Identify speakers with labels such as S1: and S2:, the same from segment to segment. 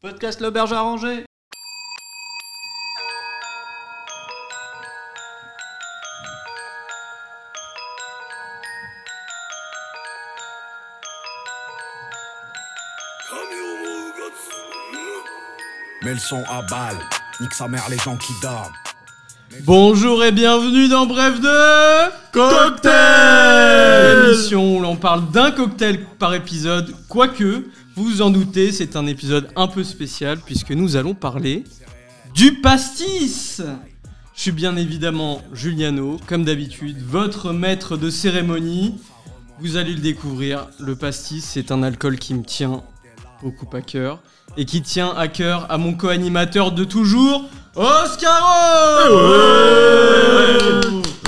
S1: Podcast l'auberge arrangée.
S2: Mets le son à balle, nique sa mère les gens qui dorment.
S3: Bonjour et bienvenue dans Bref de Cocktail Émission où l'on parle d'un cocktail par épisode, quoique, vous vous en doutez, c'est un épisode un peu spécial puisque nous allons parler du pastis Je suis bien évidemment Juliano, comme d'habitude, votre maître de cérémonie. Vous allez le découvrir, le pastis, c'est un alcool qui me tient beaucoup à cœur et qui tient à cœur à mon co-animateur de toujours, Oscaro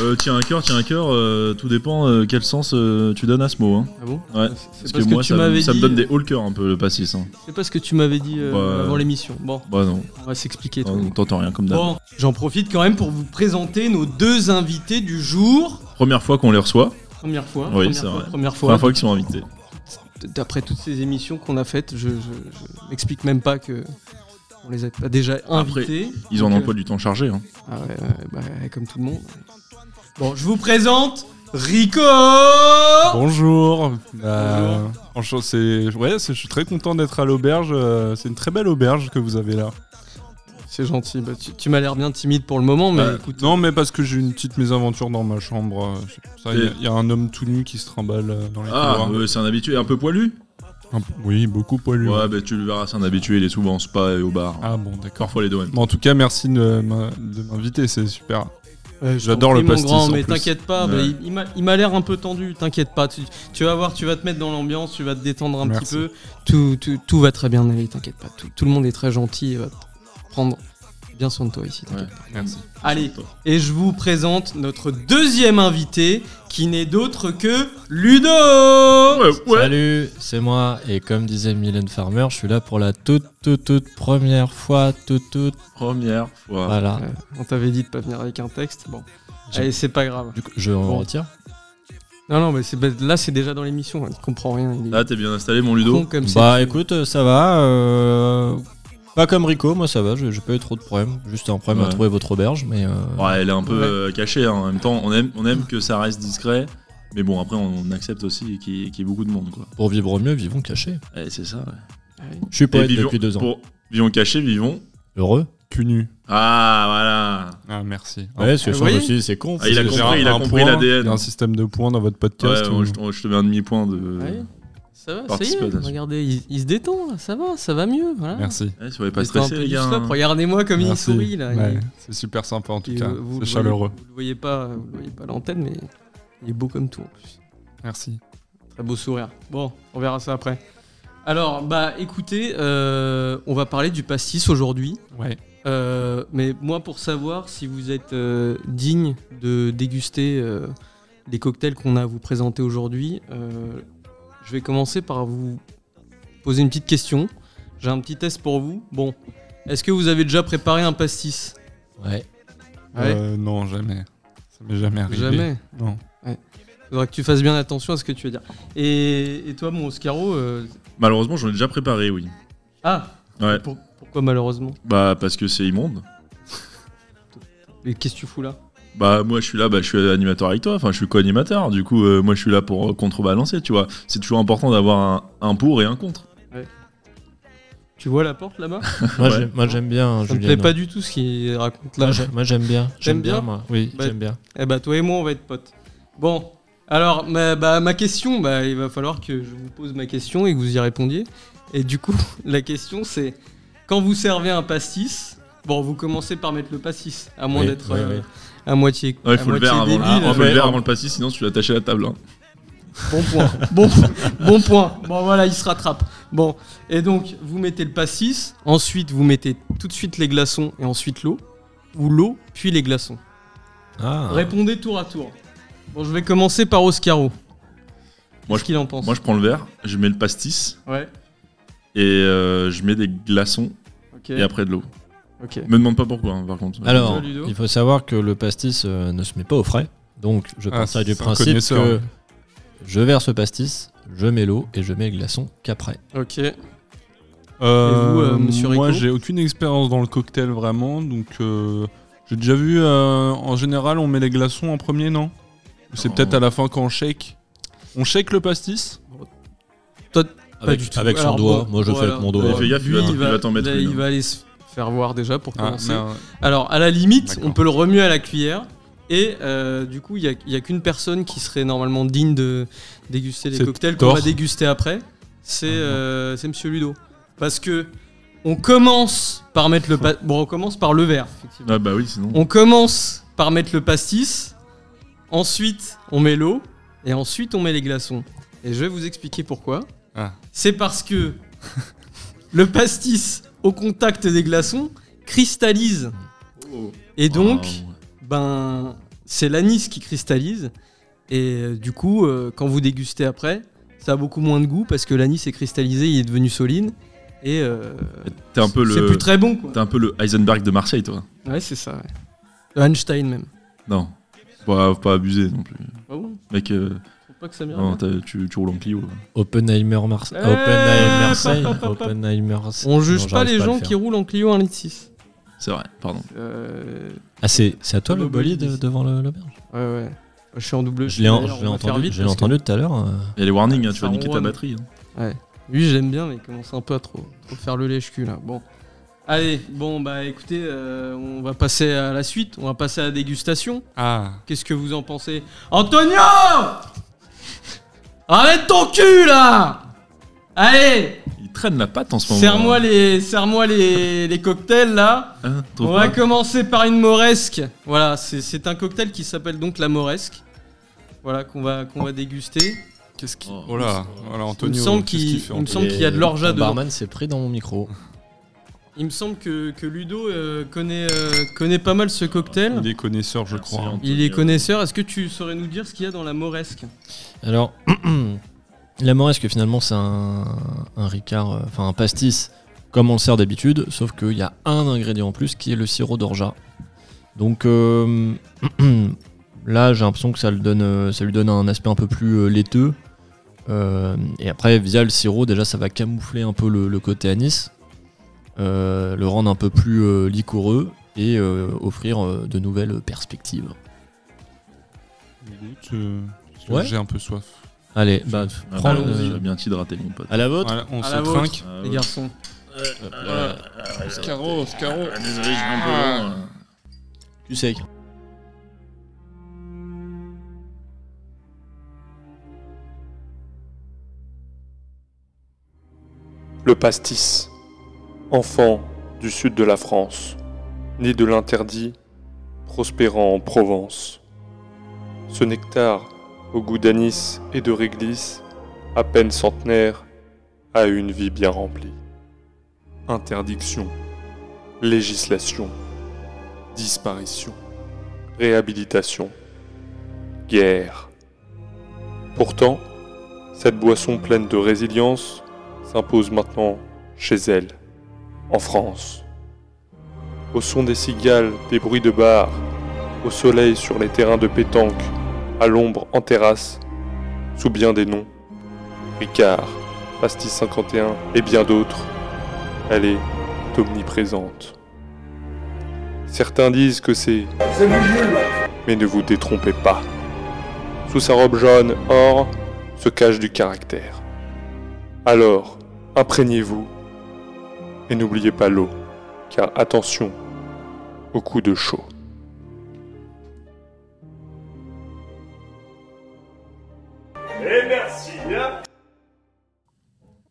S4: Euh, tiens un cœur, tiens un cœur, euh, tout dépend euh, quel sens euh, tu donnes à ce mot. Hein.
S3: Ah bon
S4: Ouais,
S3: C'est parce que,
S4: moi,
S3: tu
S4: ça, me-
S3: m'avais
S4: ça me
S3: dit- euh,
S4: donne des hauts le cœur un peu le pastis. Hein.
S3: C'est parce que tu m'avais dit euh,
S4: Bah,
S3: avant l'émission. Bon,
S4: Bah non,
S3: on va s'expliquer
S4: non,
S3: tout.
S4: on t'entend rien comme d'hab.
S3: Bon, j'en profite quand même pour vous présenter nos deux invités du jour.
S4: Première fois qu'on les reçoit,
S3: Première fois,
S4: Oui,
S3: première,
S4: c'est
S3: fois
S4: vrai.
S3: première fois.
S4: première fois qu'ils sont invités.
S3: D'après toutes ces émissions qu'on a faites, je, je, je m'explique même pas que on les a pas déjà invités.
S4: Ils ont un
S3: Donc,
S4: emploi du temps chargé. Hein.
S3: euh, ah ouais, ouais, bah, comme tout le monde. Bon, je vous présente Rico.
S5: Bonjour. Euh, franchement, c'est ouais, c'est- je suis très content d'être à l'auberge. euh, C'est une très belle auberge que vous avez là.
S3: C'est gentil. bah, tu tu m'as l'air bien timide pour le moment,
S4: Bah,
S3: mais
S5: Euh, non, mais parce que j'ai une petite mésaventure dans ma chambre. euh, c'est ça, Il y a- il y, a un homme tout nu qui se trimballe euh, dans les
S4: Ah,
S5: couloirs.
S4: euh, c'est un habitué, un peu poilu
S5: Un peu- oui, beaucoup poilu.
S4: Ouais, bah tu le verras, c'est un habitué, il est souvent en spa et au bar.
S5: Ah bon, d'accord.
S4: Parfois les deux même.
S5: Bon, en tout cas, merci de m'in- de m'inviter, c'est super.
S3: Ouais, je
S5: J'adore
S3: t'en
S5: le
S3: prie, mon
S5: pastis,
S3: grand,
S5: en
S3: mais
S5: plus.
S3: t'inquiète pas, bah,
S4: Ouais.
S3: il- il, m'a- il m'a l'air un peu tendu. T'inquiète pas, tu, tu vas voir, tu vas te mettre dans l'ambiance, tu vas te détendre un petit
S5: Merci.
S3: peu. Tout, tout, tout va très bien aller, t'inquiète pas. Tout, tout le monde est très gentil et va prendre bien soin de toi ici. t'inquiète pas.
S5: Merci.
S3: Allez, et je vous présente notre deuxième invité qui n'est d'autre que Ludo.
S4: bah, Ouais, ouais.
S6: Salut, c'est moi et comme disait Mylène Farmer, je suis là pour la toute toute toute première fois, toute toute
S4: Première fois.
S6: voilà.
S3: Ouais, on t'avait dit de pas venir avec un texte. Bon,
S6: J'ai-
S3: allez, c'est pas grave.
S6: Du coup, je en
S3: Bon.
S6: retire.
S3: Non, non, mais c'est- bah, là c'est déjà dans l'émission. hein, Il comprend rien. Il est
S4: Là, Ah, t'es bien installé, mon Ludo.
S3: con comme ça.
S6: Bah écoute, euh, ça va. euh, Pas comme Rico, moi ça va, j'ai j'ai pas eu trop de problèmes. Juste un problème à
S4: Ouais.
S6: trouver votre auberge, mais euh,
S4: Ouais, elle est un peu
S3: Ouais.
S4: euh, cachée. hein. En même temps, on aime, on aime que ça reste discret. Mais bon, après, on, on accepte aussi qu'il y, ait- qu'il y ait beaucoup de monde, quoi.
S6: pour vivre mieux, vivons cachés.
S4: Eh, c'est ça, ouais.
S3: Ah
S6: Je suis
S4: Et
S6: poète
S4: vivons-
S6: depuis deux ans.
S4: pour- vivons cachés, vivons.
S6: Heureux
S5: Cul nu.
S4: Ah,
S5: Ah, merci.
S6: Ouais, parce que
S3: vous
S6: je me
S3: voyez
S6: suis dit, c'est con.
S4: Ah, il a
S6: c'est-
S4: compris,
S5: J'ai un-
S4: il a
S5: un
S4: compris
S5: point,
S4: l'ADN.
S5: Il y a un système de points dans votre
S4: voilà.
S5: podcast.
S4: Ouais,
S5: ou-
S4: moi, je, te- je te mets un demi-point de.
S3: Ouais. Ça va, ça y
S4: Participation.
S3: est, regardez, il, il se détend, là, ça va, ça va mieux, voilà.
S5: Merci.
S4: Ouais, Eh, soyez
S3: Il
S4: pas
S3: était un
S4: stressés,
S3: peu
S4: les gars. hein.
S3: du slop, Regardez-moi comme
S5: Merci.
S3: il sourit, là. il-
S5: Ouais, C'est super sympa en tout
S3: il-
S5: cas.
S3: vous le
S5: C'est
S3: voyez-
S5: chaleureux.
S3: Vous le voyez pas, vous le voyez pas à l'antenne, mais il est beau comme tout, en plus.
S5: Merci.
S3: Très beau sourire. Bon, on verra ça après. Alors, bah, écoutez, euh, on va parler du pastis aujourd'hui.
S5: Ouais.
S3: Euh, mais moi, pour savoir si vous êtes euh, digne de déguster euh, les cocktails qu'on a à vous présenter aujourd'hui, euh, je vais commencer par vous poser une petite question. J'ai un petit test pour vous. Bon, est-ce que vous avez déjà préparé un pastis
S6: Ouais.
S3: Ah Ouais.
S5: Euh, non, jamais. Ça m'est jamais arrivé.
S3: Jamais.
S5: Non.
S3: Faudra que tu fasses bien attention à ce que tu vas dire. Et, et toi, mon Oscaro euh,
S4: Malheureusement, j'en ai déjà préparé, oui.
S3: Ah
S4: Ouais.
S3: pour- Pourquoi malheureusement
S4: Bah, parce que c'est immonde.
S3: Mais qu'est-ce que tu fous là
S4: Bah, moi, je suis là, bah, je suis animateur avec toi. Enfin, je suis co-animateur. Du coup, euh, moi, je suis là pour euh, contrebalancer, tu vois. C'est toujours important d'avoir un, un pour et un contre.
S3: Tu vois la porte là-bas
S6: Moi
S4: Ouais.
S6: j'aime- moi, j'aime bien.
S3: Ça me
S6: Julien,
S3: plaît
S6: non.
S3: pas du tout ce qu'il raconte là.
S6: Moi, j'ai- Moi j'aime bien. J'aime
S3: bien
S6: bien moi. Oui,
S3: Bah,
S6: j'aime bien.
S3: Eh bah toi et moi on va être potes. Bon, alors ma, bah, ma question, bah, il va falloir que je vous pose ma question et que vous y répondiez. Et du coup, la question c'est quand vous servez un pastis, bon vous commencez par mettre le pastis, à moins
S6: Oui,
S3: d'être
S6: oui,
S3: euh,
S6: oui.
S3: à moitié,
S4: Ouais, il
S3: à
S4: faut le
S3: moitié
S4: verre avant,
S3: débile.
S4: ah, faut le
S5: mais-
S4: verre avant le pastis, sinon, tu l'as attaché à la table. hein.
S3: Bon point. Bon, bon point. Bon, voilà, il se rattrape. Bon, et donc, vous mettez le pastis, ensuite, vous mettez tout de suite les glaçons et ensuite l'eau, ou l'eau, puis les glaçons.
S6: Ah.
S3: Répondez tour à tour. Bon, je vais commencer par Oscaro.
S4: Moi,
S3: Qu'est-ce qu'il en pense
S4: Moi, je prends le verre, je mets le pastis
S3: Ouais,
S4: et euh, je mets des glaçons
S3: ok.
S4: et après de l'eau.
S3: ok.
S4: Me demande pas pourquoi, hein, par contre.
S6: Alors,
S3: Toi, Ludo
S6: il faut savoir que le pastis euh, ne se met pas au frais. Donc, je
S5: Ah,
S6: partirai du
S5: c'est un
S6: principe
S5: connaisseur.
S6: que
S3: Ah,
S6: je verse le pastis, je mets l'eau et je mets le glaçon qu'après.
S3: Ok. vous, euh, monsieur
S5: Moi,
S3: Rico
S5: j'ai aucune expérience dans le cocktail vraiment, donc euh, j'ai déjà vu. euh, en général, on met les glaçons en premier, non Ou
S3: Oh.
S5: C'est
S6: Non.
S5: peut-être à la fin quand on shake. On shake le pastis
S6: Avec,
S3: du tout.
S6: avec son
S3: Alors,
S6: doigt.
S3: bon,
S6: Moi, je fais
S3: voilà.
S6: avec mon doigt.
S4: Fais gaffe, il
S3: Lui,
S4: va- il va t'en mettre
S3: là,
S4: une,
S3: Il
S4: hein.
S3: va aller se faire voir déjà pour
S5: Ah,
S3: commencer.
S5: merde.
S3: Alors, à la limite,
S5: D'accord.
S3: on peut le remuer à la cuillère. Et euh, du coup, il n'y a, il y a qu'une personne qui serait normalement digne de déguster les
S5: C'est
S3: cocktails qu'on va
S5: Thor.
S3: déguster après.
S6: Ah,
S3: C'est euh, c'est Monsieur Ludo. Parce que on commence par mettre le pa- bon, on commence par le verre. effectivement.
S4: Ah bah oui, sinon.
S3: On commence par mettre le pastis. Ensuite, on met l'eau. Et ensuite, on met les glaçons. Et je vais vous expliquer pourquoi.
S5: Ah.
S3: C'est parce que le pastis au contact des glaçons cristallise. Et
S4: Ah,
S3: donc, ben, c'est l'anis qui cristallise. Et euh, du coup, euh, quand vous dégustez après, ça a beaucoup moins de goût parce que l'anis est cristallisé, il est devenu solide. Et euh,
S4: T'es un peu
S3: c'est
S4: le.
S3: plus très bon. Quoi.
S4: T'es un peu le Heisenberg de Marseille, toi.
S3: Ouais, c'est ça. ouais. Le Einstein même.
S4: Non. Faut pas, faut pas abuser non plus.
S3: Ah bon
S4: Mec, euh,
S3: Faut pas que ça
S4: non, t'as- tu, tu roules en Clio.
S6: Oppenheimer, Marse-
S3: Eh,
S6: Oppenheimer Marseille.
S3: pop, pop, pop.
S6: Oppenheimer.
S3: On juge
S6: Non,
S3: pas
S6: j'arrive
S3: les
S6: à le
S3: gens
S6: faire.
S3: qui roulent en Clio 1 litre 6.
S4: C'est vrai, pardon.
S3: Euh,
S6: Ah, c'est c'est à toi le
S3: Comme au bolide.
S6: bolide euh, devant le- l'auberge
S3: ouais, ouais. Je suis en double.
S6: Je l'ai en-
S3: D'ailleurs,
S6: je l'ai
S3: on va faire
S6: entendu,
S3: vite
S6: je l'ai
S3: parce que-
S6: entendu tout à l'heure. euh,
S4: Il y a les warnings, hein, tu
S3: Ça
S4: vas niquer ta
S3: ronronne.
S4: batterie. hein.
S3: Lui, j'aime bien, mais il commence un peu à trop, trop faire le lèche-cul là. Bon. Allez, bon, bah écoutez, euh, on va passer à la suite, on va passer à la dégustation.
S5: Ah.
S3: Qu'est-ce que vous en pensez Antonio Arrête ton cul là Allez,
S4: Il traîne la patte en ce moment.
S3: serre-moi les, serre-moi les, les cocktails là.
S4: Hein,
S3: On
S4: trouve
S3: va
S4: pas
S3: commencer par une moresque. Voilà, c'est c'est un cocktail qui s'appelle donc la moresque. Voilà, qu'on va, qu'on va déguster.
S5: Qu'est-ce qui.
S4: Oh,
S5: Oh là, oh là, Antonio.
S3: il me semble
S5: qu'est-ce
S3: qu'il-
S5: fait,
S3: il me
S5: Antonio
S3: semble qu'il y a de
S6: et
S3: l'orgeat
S6: Le
S3: dedans.
S6: barman s'est pris dans mon micro.
S3: Il me semble que, que Ludo euh, connaît, euh, connaît pas mal ce cocktail.
S5: Il est connaisseur, je
S4: Merci,
S5: crois.
S4: Antonio.
S3: Ah, Il est connaisseur. Est-ce que tu saurais nous dire ce qu'il y a dans la moresque
S6: Alors, la moresque, finalement, c'est un, un ricard, euh, enfin un pastis, comme on le sert d'habitude, sauf qu'il y a un ingrédient en plus qui est le sirop d'orgeat. Donc euh, là, j'ai l'impression que ça, le donne, euh, ça lui donne un aspect un peu plus euh, laiteux. Euh, et après, via le sirop, déjà, ça va camoufler un peu le, le côté anis, euh, le rendre un peu plus euh, liquoreux et euh, offrir euh, de nouvelles perspectives.
S5: Écoute, euh,
S6: Ouais.
S5: J'ai un peu soif.
S6: Allez, bah,
S4: Ah,
S6: prends
S4: bah,
S6: le-
S4: je vais bien t'hydrater, mon pote.
S6: à la vôtre.
S5: Voilà, on
S3: À
S5: se
S3: la vôtre.
S5: trinque.
S4: Ah,
S3: Les Euh,
S4: ouais.
S3: garçons.
S6: Voilà.
S3: euh,
S5: Scaro, Scaro.
S4: Ah, Désolé, j'ai un peu loin, hein.
S6: Tu sais.
S1: Le pastis, enfant du sud de la France, né de l'interdit, prospérant en Provence. Ce nectar, au goût d'anis et de réglisse, à peine centenaire, a eu une vie bien remplie. Interdiction, législation, disparition, réhabilitation, guerre. Pourtant, cette boisson pleine de résilience s'impose maintenant chez elle, en France. Au son des cigales, des bruits de bar, au soleil sur les terrains de pétanque, à l'ombre en terrasse, sous bien des noms, Ricard, Pastis 51 et bien d'autres, elle est omniprésente. Certains disent que c'est... Mais ne vous détrompez pas. Sous sa robe jaune or se cache du caractère. Alors, imprégnez-vous et n'oubliez pas l'eau, car attention au coup de chaud.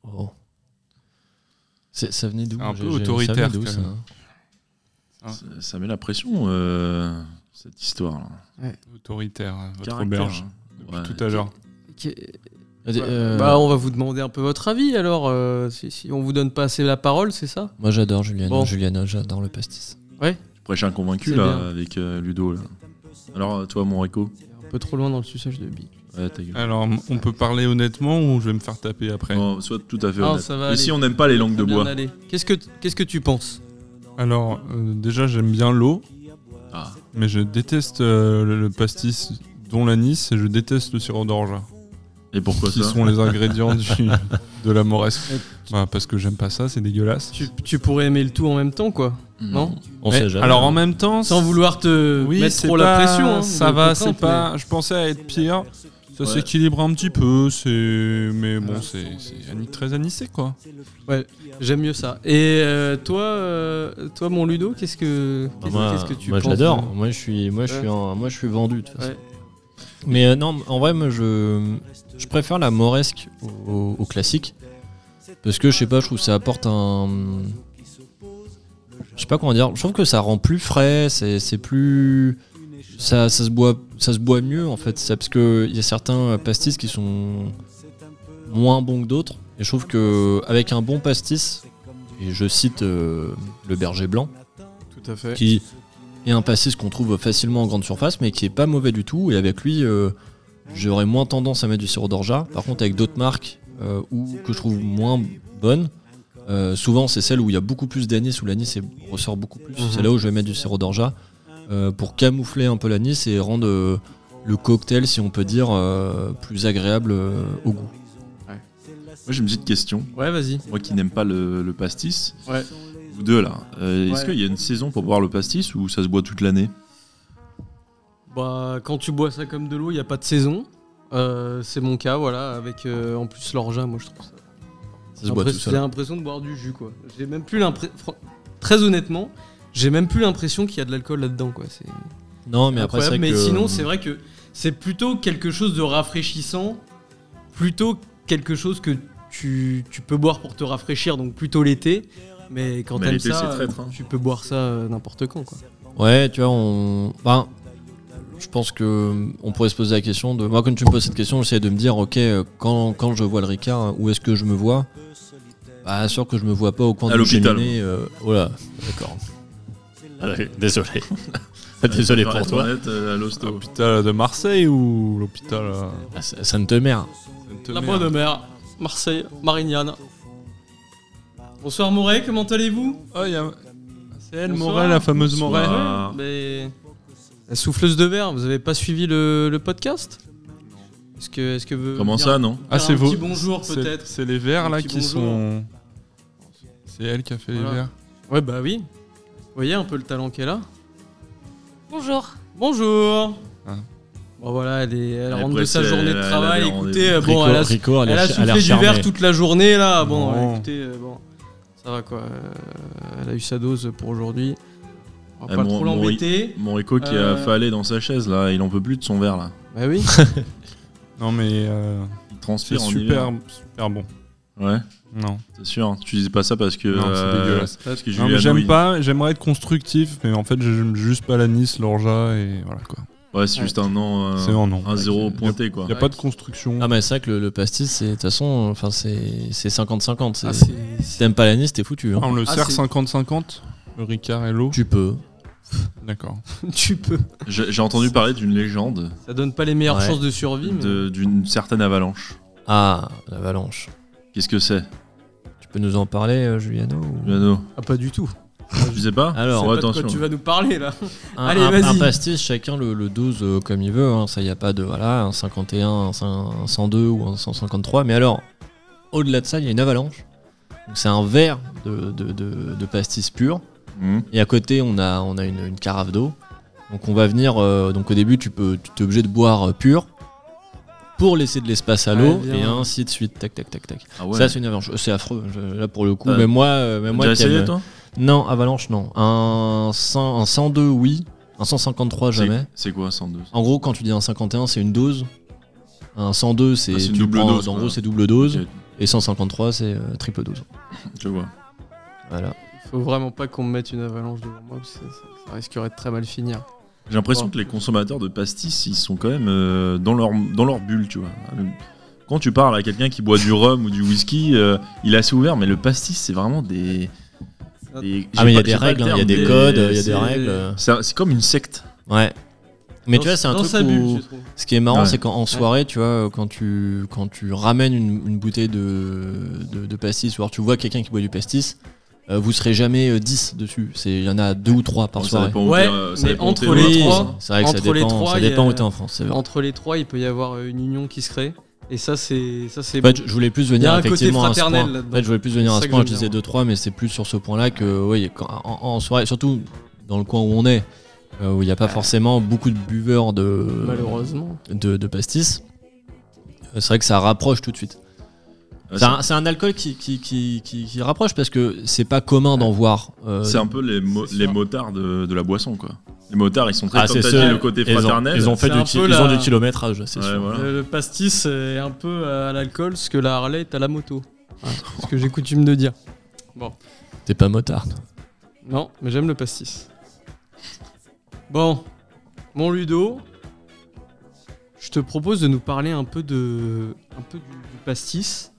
S6: Oh. C'est- Ça venait d'où
S5: C'est un peu
S6: J'ai- j'ai-
S5: autoritaire,
S6: ça venait d'où,
S5: quand
S6: ça hein?
S5: même.
S3: Ah.
S4: Ça- Ça met la pression, euh, cette histoire. là.
S5: Autoritaire, votre
S4: Caractère,
S5: auberge.
S4: hein.
S5: Depuis
S4: Ouais.
S5: tout à l'heure.
S6: Euh,
S3: Bah, on va vous demander un peu votre avis alors. euh, si, si on vous donne pas assez la parole, c'est ça
S6: Moi j'adore hein. Juliano,
S3: Bon.
S6: Juliano, j'adore le pastis.
S4: Tu prêches un convaincu
S3: C'est
S4: là
S3: bien.
S4: avec euh, Ludo. là. Alors toi, mon Rico,
S3: Un peu trop loin dans le suçage de billes.
S4: ouais, ta gueule.
S5: Alors, on peut parler honnêtement ou je vais me faire taper après
S4: Bon, sois tout à fait
S3: Non,
S4: honnête.
S3: Ah, ça va
S4: Ici,
S3: aller.
S4: on n'aime pas les langues de
S3: Bien
S4: bois.
S3: aller. Qu'est-ce que qu'est-ce que tu penses
S5: Alors, euh, déjà, j'aime bien l'eau,
S4: Ah.
S5: mais je déteste euh, le, le pastis, dont l'anis, et je déteste le sirop d'orge,
S4: Et pourquoi
S5: qui
S4: ça
S5: sont les ingrédients du, de la moresque. Ouais, parce que j'aime pas ça, c'est dégueulasse.
S3: Tu, tu pourrais aimer le tout en même temps, quoi.
S4: Hmm.
S3: Non
S6: On
S5: Mais-
S6: sait jamais.
S5: Alors en même temps,
S3: Sans vouloir te
S5: oui,
S3: mettre
S5: c'est
S3: trop la
S5: pas-
S3: pression. hein,
S5: ça
S3: je
S5: va,
S3: le
S5: c'est
S3: comprends,
S5: pas. Je pensais à être pire. Ça
S4: Ouais.
S5: s'équilibre un petit peu, c'est. Mais bon, c'est c'est ani- très anisé quoi.
S3: mais J'aime mieux ça. Et euh, toi, euh, toi, mon Ludo, qu'est-ce que,
S6: Bah,
S3: qu'est-ce
S6: moi,
S3: qu'est-ce que tu
S6: moi,
S3: penses
S6: je l'adore.
S3: de-
S6: Moi, je suis, moi, je
S3: Ouais.
S6: suis, un- moi, je suis vendu de toute façon.
S3: Ouais.
S6: Mais euh, non, en vrai, moi, je, je préfère la moresque au, au- au classique parce que je sais pas, je trouve que ça apporte un, je sais pas comment dire. Je trouve que ça rend plus frais, c'est c'est plus, ça, ça se boit, ça se boit mieux en fait. Ça, parce que il y a certains pastis qui sont moins bons que d'autres. Et je trouve que avec un bon pastis, et je cite euh, le berger blanc
S5: Tout à fait.
S6: qui est un pastis qu'on trouve facilement en grande surface, mais qui est pas mauvais du tout. Et avec lui, euh, j'aurais moins tendance à mettre du sirop d'orgeat. Par contre, avec d'autres marques euh, ou que je trouve moins bonnes, euh, souvent c'est celle où il y a beaucoup plus d'anis, où l'anis est- ressort beaucoup plus.
S3: Mhm.
S6: C'est là où je vais mettre du sirop d'orgeat euh, pour camoufler un peu l'anis et rendre euh, le cocktail, si on peut dire, euh, plus agréable euh, au goût.
S4: Moi, j'ai une petite question.
S3: Ouais, vas-y.
S4: Moi qui n'aime pas le, le pastis,
S3: Ouais.
S4: vous deux là, euh, est-ce
S3: Ouais.
S4: qu'il y a une saison pour boire le pastis ou ça se boit toute l'année
S3: Bah, quand tu bois ça comme de l'eau, il n'y a pas de saison. Euh, c'est mon cas, voilà, avec euh, en plus l'orgeat, moi je trouve ça.
S6: Ça se boit tout
S3: J'ai
S6: seul.
S3: l'impression de boire du jus, quoi. J'ai même plus l'impression. Très honnêtement, j'ai même plus l'impression qu'il y a de l'alcool là-dedans, quoi. C'est
S6: Non, mais après, c'est vrai
S3: incroyable. Mais
S6: que-
S4: euh,
S3: sinon, c'est vrai que c'est plutôt quelque chose de rafraîchissant, plutôt quelque chose que tu, tu peux boire pour te rafraîchir, donc plutôt l'été. Mais quand
S4: Mais
S3: t'aimes
S4: l'été,
S3: ça,
S4: c'est traître, hein.
S3: tu peux boire ça euh, n'importe quand, quoi.
S6: Ouais, tu vois, on. Ben, je pense que on pourrait se poser la question de. Moi, quand tu me poses cette question, j'essaie de me dire, ok, euh, quand, quand je vois le Ricard, hein, où est-ce que je me vois Bah, sûr que je me vois pas au coin
S4: À
S6: de
S4: l'hôpital.
S6: cheminée. euh, oh là, d'accord. Désolé.
S5: Ah,
S4: Ouais, je vais être honnête, euh, à
S3: Ah,
S4: l'hosto.
S5: L'hôpital de Marseille ou l'hôpital. euh,
S6: Ah, Ça, ça ne te merde.
S3: La
S5: Sainte-Mère
S3: Bois de Mer, Marseille, Marignane. Bonsoir Moret, comment allez-vous
S5: Oh, il y a- C'est elle,
S3: Bonsoir.
S5: Moret, la fameuse Moret.
S4: Bonsoir.
S3: Ah, mais- La souffleuse de verre, vous avez pas suivi le, le podcast Est-ce que, est-ce que vous
S4: Comment
S3: dire-
S4: ça, non
S5: Ah,
S3: dire
S5: c'est
S3: un
S5: vous.
S3: petit bonjour
S5: C'est-
S3: peut-être.
S5: C'est les verts
S3: Un
S5: là
S3: petit
S5: qui
S3: bonjour.
S5: sont. C'est elle qui a fait les
S3: Voilà.
S5: verts.
S3: Ouais bah oui. Vous voyez un peu le talent qu'elle a.
S7: Bonjour.
S3: Bonjour.
S5: Ah.
S3: Bon voilà, elle, est, elle
S4: est
S3: rentre de
S4: pressée,
S3: sa journée
S4: Hein elle
S3: de
S4: a-
S3: travail.
S4: elle avait
S3: Écoutez,
S4: rendez-vous.
S3: euh, bon,
S6: Rico-
S3: elle a,
S6: Rico a
S3: elle
S6: l'air-
S3: a
S6: a
S3: soufflé
S6: l'air
S3: du
S6: charmé.
S3: verre toute la journée là. Bon,
S5: Non.
S3: ouais, écoutez, euh, bon, ça va quoi. euh, elle a eu sa dose pour aujourd'hui. On va
S4: Ah,
S3: pas
S4: mon-
S3: trop
S4: mon-
S3: l'embêter.
S4: Mon écho qui
S3: Euh.
S4: a fallu dans sa chaise là, il en peut plus de son verre là.
S3: Bah oui.
S5: Non, mais euh,
S4: Il
S5: c'est
S4: transpire en
S5: super,
S4: hiver.
S5: super bon.
S4: Ouais,
S5: Non,
S4: c'est sûr. Tu dis pas ça parce que.
S5: non c'est
S4: euh,
S5: dégueulasse.
S4: parce que
S5: Non,
S4: Julien
S5: mais j'aime
S4: Nouille-
S5: pas, j'aimerais être constructif, mais en fait, j'aime juste pas la Nice, l'Orja et voilà quoi.
S4: Ouais, c'est juste un nom. euh,
S5: C'est un nom.
S4: Un zéro
S5: Ouais,
S4: pointé quoi.
S5: Il a pas de construction.
S6: Ah, mais c'est vrai que le, le pastis, c'est de toute façon, enfin, c'est c'est 50-50. c'est-
S3: Ah,
S6: Si
S3: c'est- c'est-
S6: t'aimes pas l'anis, t'es foutu. hein.
S5: Ah, on le
S3: Ah,
S5: sert
S3: c'est-
S5: 50-50, le Ricard et l'eau.
S6: Tu peux.
S5: D'accord.
S3: tu peux.
S4: J'ai j'ai entendu parler d'une légende
S3: Ça donne pas les meilleures
S6: Ouais.
S3: chances de survie. mais-
S4: de- d'une certaine avalanche.
S6: Ah, l'avalanche.
S4: Qu'est-ce que c'est,
S6: Tu peux nous en parler, euh, Juliano ou-
S4: Luano
S3: Ah, pas du tout.
S4: Tu sais pas
S6: Alors,
S4: Fais
S3: pas de
S4: attention.
S3: quoi tu vas nous parler là.
S6: Un,
S3: Allez,
S6: un-
S3: vas-y.
S6: un pastis, chacun le, le dose euh, comme il veut. hein. Ça, il n'y a pas de voilà, un 51, un, cin- un 102 ou un 153. Mais alors, au-delà de ça, il y a une avalanche. Donc, c'est un verre de, de- de- de pastis pur.
S4: Mhm.
S6: Et à côté, on a, on a une, une carafe d'eau. Donc, on va venir. euh, donc, au début, tu peux, tu es obligé de boire euh, pur pour laisser de l'espace à
S3: Ouais,
S6: l'eau
S3: bien.
S6: et ainsi de suite. Tac, tac, tac, tac.
S4: Ah ouais.
S6: Ça, c'est une avalanche. Euh, C'est affreux. Je- là, pour le coup,
S4: Euh,
S6: même moi, euh, même moi
S4: T'as
S6: qui aime-
S4: essayé toi
S6: non, Avalanche, non. Un, 100 un 102, oui. Un 153,
S4: C'est-
S6: jamais.
S4: C'est quoi 102
S6: En gros, quand tu dis un 51, c'est une dose. Un 102, c'est
S4: Ah, c'est une
S6: tu
S4: double
S6: prends-
S4: dose,
S6: En
S4: quoi.
S6: gros, c'est double dose.
S4: Ok,
S6: Et 153, c'est euh, triple dose.
S4: hein, Je vois.
S6: Voilà.
S3: Faut vraiment pas qu'on me mette une avalanche devant moi, parce que ça, ça risquerait de très mal finir.
S4: J'ai l'impression
S3: Bon.
S4: que les consommateurs de pastis, ils sont quand même euh, dans, leur, dans leur bulle, tu vois. Quand tu parles à quelqu'un qui boit du rhum ou du whisky, euh, il est assez ouvert, mais le pastis, c'est vraiment des. des-
S6: Ah, mais il y
S4: j'ai
S6: a
S4: pas-
S6: des
S4: j'ai pas
S6: règles,
S4: le
S6: hein, il y a
S4: terme,
S6: des codes, il y a
S4: c'est-
S6: des règles. euh,
S4: ça- C'est comme une secte.
S6: Ouais. Mais
S3: Dans-
S6: tu vois, c'est un
S3: dans
S6: truc
S3: sa
S6: où-
S3: bulle, je trouve.
S6: Ce qui est marrant,
S4: Ouais.
S6: c'est qu'en en soirée, tu vois, euh, quand tu, quand tu ramènes une, une bouteille de, de, de pastis, ou alors tu vois quelqu'un qui boit du pastis, euh, vous serez jamais euh, 10 dessus. C'est- Il y en a deux ou trois par
S4: Bon, ça
S6: soirée.
S4: dépend où
S3: Ouais,
S4: t'es, euh, ça
S3: mais
S4: dépend où
S3: entre
S4: t'es dans
S3: les
S4: la France,
S3: trois,
S4: hein.
S6: C'est vrai que ça
S3: Entre les
S6: dépend,
S3: trois,
S6: ça
S3: il y a-
S6: dépend où t'es en France. c'est vrai.
S3: Entre les trois, il peut y avoir euh, une euh, union qui se crée. Et ça, c'est. ça c'est
S6: En fait, je voulais plus
S3: Il y a
S6: venir
S3: un côté
S6: effectivement à ce
S3: fraternel
S6: point.
S3: là-dedans.
S6: En fait, je voulais plus venir
S3: C'est
S6: à
S3: ça
S6: ce
S3: que
S6: point.
S3: j'aime
S6: Je disais
S3: bien.
S6: 2-3, mais c'est plus sur ce point-là que, oui, quand- en, en soirée, surtout dans le coin où on est, euh, où il n'y a pas forcément beaucoup de buveurs de,
S3: Malheureusement.
S6: de, de pastis, euh, c'est vrai que ça rapproche tout de suite.
S4: Ouais,
S6: C'est un, c'est un alcool qui, qui, qui, qui- qui rapproche parce que c'est pas commun d'en voir. euh,
S4: C'est un peu les, mo-
S6: c'est
S4: les
S6: sûr.
S4: motards de, de la boisson, quoi. Les motards, ils sont très,
S6: Ah,
S4: comme
S6: c'est
S4: t'as
S6: ceux-
S4: dit, le côté
S6: ils, ont,
S4: fraternel.
S6: ils ont fait
S3: C'est
S6: du,
S3: un
S6: ki-
S3: peu
S6: ils ont
S3: la-
S6: du kilométrage, c'est
S4: Ouais,
S6: sûr.
S4: voilà.
S3: Le, le pastis est un peu euh, à l'alcool, ce que la Harley est à la moto. Hein, ce que j'ai coutume de dire.
S6: T'es pas motard. toi.
S3: Non, mais j'aime le pastis. Bon, mon Ludo, je te propose de nous parler un peu de, un peu du, du pastis.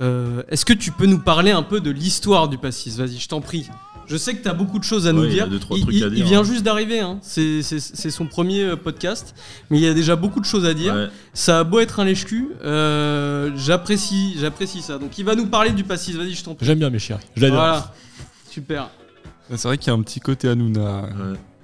S3: Euh, Est-ce que tu peux nous parler un peu de l'histoire du pastis Vas-y, je t'en prie. Je sais que tu as beaucoup de choses à
S4: Ouais,
S3: nous
S4: il y
S3: dire.
S4: a deux, trois trucs à dire,
S3: vient
S4: hein.
S3: juste d'arriver, hein. c'est c'est- c'est son premier euh, podcast, mais il y a déjà beaucoup de choses à dire.
S4: Ouais.
S3: Ça a beau être un lèche-cul, euh, j'apprécie j'apprécie ça. Donc il va nous parler du pastis, vas-y, je t'en prie.
S6: J'aime bien mes chéris. Je l'adore.
S3: Voilà, super.
S5: C'est vrai qu'il y a un petit côté Hanouna.
S4: Ouais.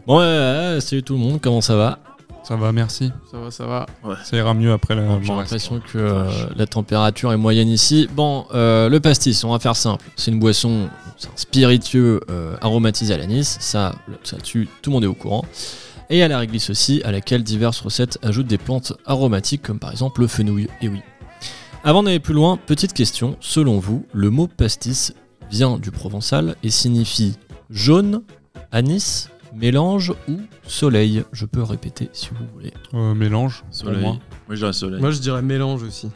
S6: Bon, ouais, ouais, ouais, salut tout le monde, comment ça va
S5: Ça va, merci.
S3: Ça va, ça va.
S5: Ça ira mieux après la.
S6: J'ai l'impression que euh, la température est moyenne ici. Bon, euh, le pastis, on va faire simple. C'est une boisson, c'est un spiritueux euh, aromatisé à l'anis. Ça, ça dessus tout le monde est au courant. Et à la réglisse aussi, à laquelle diverses recettes ajoutent des plantes aromatiques, comme par exemple le fenouil. Et oui. Avant d'aller plus loin, petite question. Selon vous, le mot pastis vient du provençal et signifie jaune, anis, mélange ou soleil Je peux répéter si vous voulez.
S5: Euh, mélange.
S4: Soleil.
S5: pour moi.
S4: Moi, je dirais soleil.
S3: Moi je dirais mélange aussi.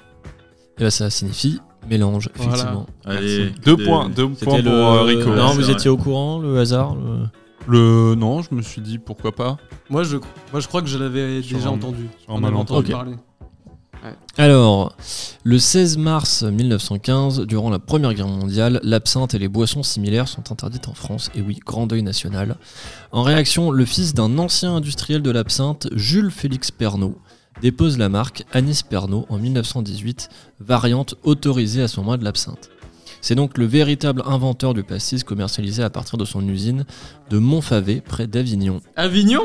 S6: Et bah, ça signifie mélange,
S3: Voilà.
S6: effectivement.
S4: Allez,
S5: Deux
S4: des-
S5: points, deux
S6: C'était
S5: points
S6: le
S5: pour euh, Rico.
S4: Ouais,
S6: Non,
S4: c'est
S6: vous
S4: vrai.
S6: étiez au courant, le hasard. le-
S5: Le non, je me suis dit pourquoi pas.
S3: Moi je, moi, je crois que je l'avais
S5: Sur
S3: déjà
S5: un-
S3: entendu.
S5: sur un
S3: On avait entendu
S5: malentendu.
S6: Ok.
S3: parler.
S6: Alors, le 16 mars 1915, durant la Première Guerre mondiale, l'absinthe et les boissons similaires sont interdites en France. Et oui, grand deuil national. En réaction, le fils d'un ancien industriel de l'absinthe, Jules Félix Pernaud, dépose la marque Anis Pernaud en 1918, variante autorisée à ce moment de l'absinthe. C'est donc le véritable inventeur du pastis commercialisé à partir de son usine de Montfavet, près d'Avignon.
S3: Avignon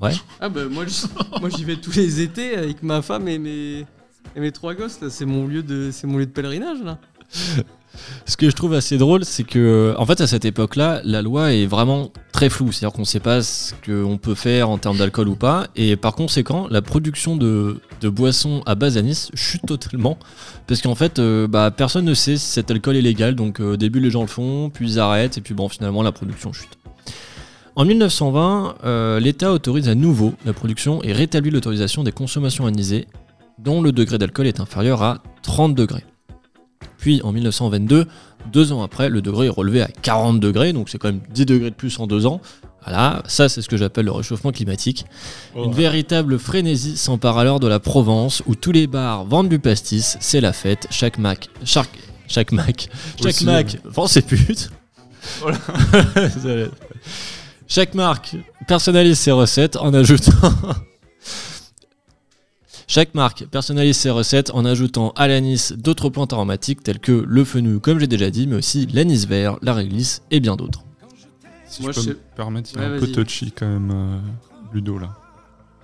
S6: Ouais.
S3: Ah bah moi j'y- moi, j'y vais tous les étés avec ma femme et mes, et mes trois gosses là, c'est mon lieu de c'est mon lieu de pèlerinage là.
S6: Ce que je trouve assez drôle, c'est que, en fait, à cette époque-là, la loi est vraiment très floue. C'est-à-dire qu'on ne sait pas ce qu'on peut faire en termes d'alcool ou pas. Et par conséquent, la production de, de boissons à base d'anis chute totalement. Parce qu'en fait, euh, bah, personne ne sait si cet alcool est légal. Donc, euh, au début, les gens le font, puis ils arrêtent. Et puis, bon, finalement, la production chute. En 1920, euh, l'État autorise à nouveau la production et rétablit l'autorisation des consommations anisées, dont le degré d'alcool est inférieur à 30 degrés. Puis en 1922, deux ans après, le degré est relevé à 40 degrés, donc c'est quand même 10 degrés de plus en deux ans. Voilà, ça c'est ce que j'appelle le réchauffement climatique. Une véritable frénésie s'empare alors de la Provence, où tous les bars vendent du pastis, c'est la fête, chaque Mac, chaque, chaque Mac, chaque
S5: Aussi,
S6: Mac vend ses putes. Désolé. chaque marque personnalise ses recettes en ajoutant... Chaque marque personnalise ses recettes en ajoutant à l'anis d'autres plantes aromatiques telles que le fenouil, comme j'ai déjà dit, mais aussi l'anis vert, la réglisse et bien d'autres.
S5: Si
S3: Moi,
S5: je peux
S3: je
S5: me
S3: sais-
S5: permettre, il est
S3: Ouais,
S5: un peu
S3: vas-y.
S5: touchy quand même, euh, Ludo là.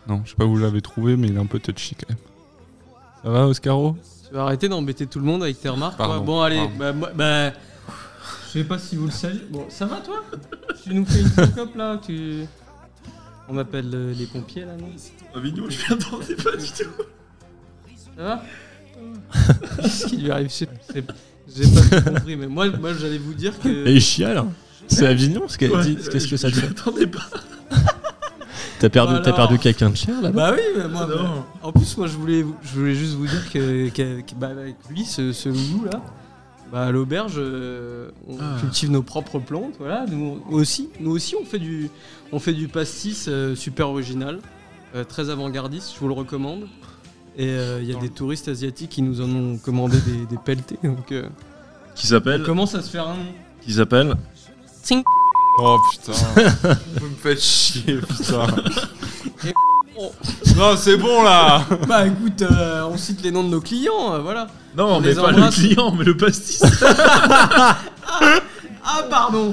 S5: Non, je sais pas où vous l'avez trouvé, mais il est un peu touchy quand même. Ça va, Oscaro
S3: Tu vas arrêter d'embêter tout le monde avec tes remarques.
S5: Pardon,
S3: quoi. Bon allez,
S5: pardon.
S3: bah, moi- bah, je sais pas si vous le savez. Bon, ça va toi Tu nous fais une cocope là, tu On appelle euh, les pompiers là, non
S4: Avignon, je m'attendais pas du tout.
S3: Ça va Qu'est-ce qui lui arrive Je sais- je sais- J'ai pas tout compris, mais moi, moi j'allais vous dire que.
S6: il chiale, C'est Avignon ce qu'elle
S4: Ouais,
S6: dit. Qu'est-ce que ça te fait
S4: m'attendais pas.
S6: T'as perdu,
S3: Alors-
S6: t'as perdu quelqu'un de cher là-bas
S3: Bah oui, mais moi, bah, en plus, moi, je voulais, je voulais juste vous dire que, que- que- bah, avec lui, ce, ce loulou là, bah, à l'auberge, euh, on cultive nos propres plantes, voilà. Nous on- aussi, nous aussi, on fait du, on fait du pastis euh, super original, euh, très avant-gardiste. Je vous le recommande. Et euh, il y a des touristes asiatiques qui nous en ont commandé des, des pelletés, donc euh,
S4: Qui
S3: on
S4: s'appelle
S3: commence à se faire hein. un nom.
S4: Qui s'appelle
S5: Oh putain Vous me faites chier, putain Non, c'est bon là
S3: Bah écoute, euh, on cite les noms de nos clients, euh, voilà.
S4: Non,
S3: On
S4: mais
S3: les
S4: pas le
S3: embrasse.
S4: client, mais le pastis.
S3: Ah pardon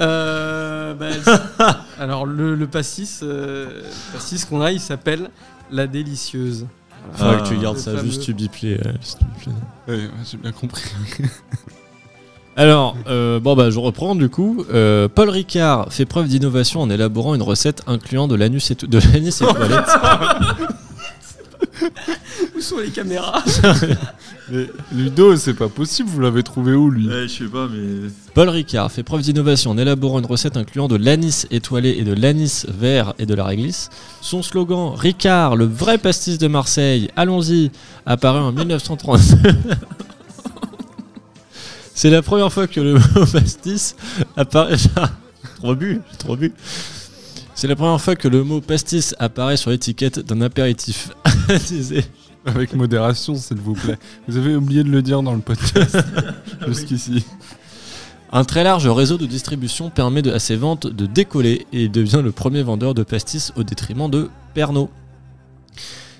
S3: Euh, bah, Alors le, le pastis, euh, pastis qu'on a, il s'appelle La Délicieuse.
S6: Faudrait que
S4: Ah.
S6: tu gardes
S3: Le
S6: ça,
S3: fameux.
S6: juste tu bipes les, euh, s'il te plaît.
S5: Ouais, j'ai bien compris.
S6: Alors, euh, bon bah je reprends du coup. Euh, Paul Ricard fait preuve d'innovation en élaborant une recette incluant de l'anus et tout- de l'anus étoilé.
S3: Où sont les caméras
S5: Mais Ludo, c'est pas possible, vous l'avez trouvé où lui
S4: Eh, je sais pas, mais.
S6: Paul Ricard fait preuve d'innovation en élaborant une recette incluant de l'anis étoilé et de l'anis vert et de la réglisse. Son slogan Ricard, le vrai pastis de Marseille, allons-y, apparaît en 1932. C'est la première fois que le mot pastis apparaît. trop bu, trop bu. C'est la première fois que le mot pastis apparaît sur l'étiquette d'un apéritif. anisé.
S5: Avec modération, s'il vous plaît. Vous avez oublié de le dire dans le podcast jusqu'ici.
S6: Un très large réseau de distribution permet de- à ses ventes de décoller et il devient le premier vendeur de pastis au détriment de Pernod.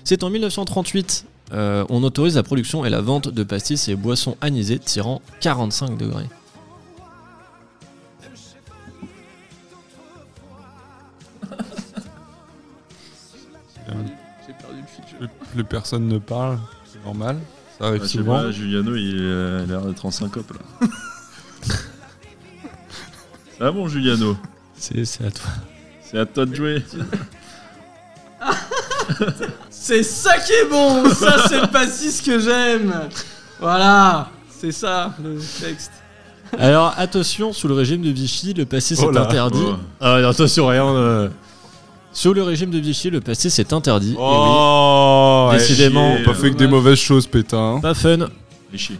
S6: C'est en 1938, euh, on autorise la production et la vente de pastis et boissons anisées tirant 45 degrés.
S3: J'ai perdu le fil.
S5: Plus- Plus personne ne parle, c'est normal. Ça arrive
S4: Bah, je sais
S5: souvent.
S4: pas, Giuliano, il euh, a l'air d'être en syncope là. ah bon, Giuliano
S6: C'est à toi.
S4: C'est à toi de jouer.
S3: C'est ça qui est bon Ça, c'est le pastis que j'aime Voilà C'est ça, le texte.
S6: Alors attention, sous le régime de Vichy, le pastis
S5: Oh
S6: est
S5: là.
S6: interdit.
S4: Oh.
S6: Ah, non, attention, rien. euh. Sous le régime de Vichy, le pastis est interdit. Eh oui.
S5: Oh,
S6: oui. Décidément.
S5: Pas fait que des mauvaises choses, pétain. hein.
S6: Pas fun.
S4: Les chier.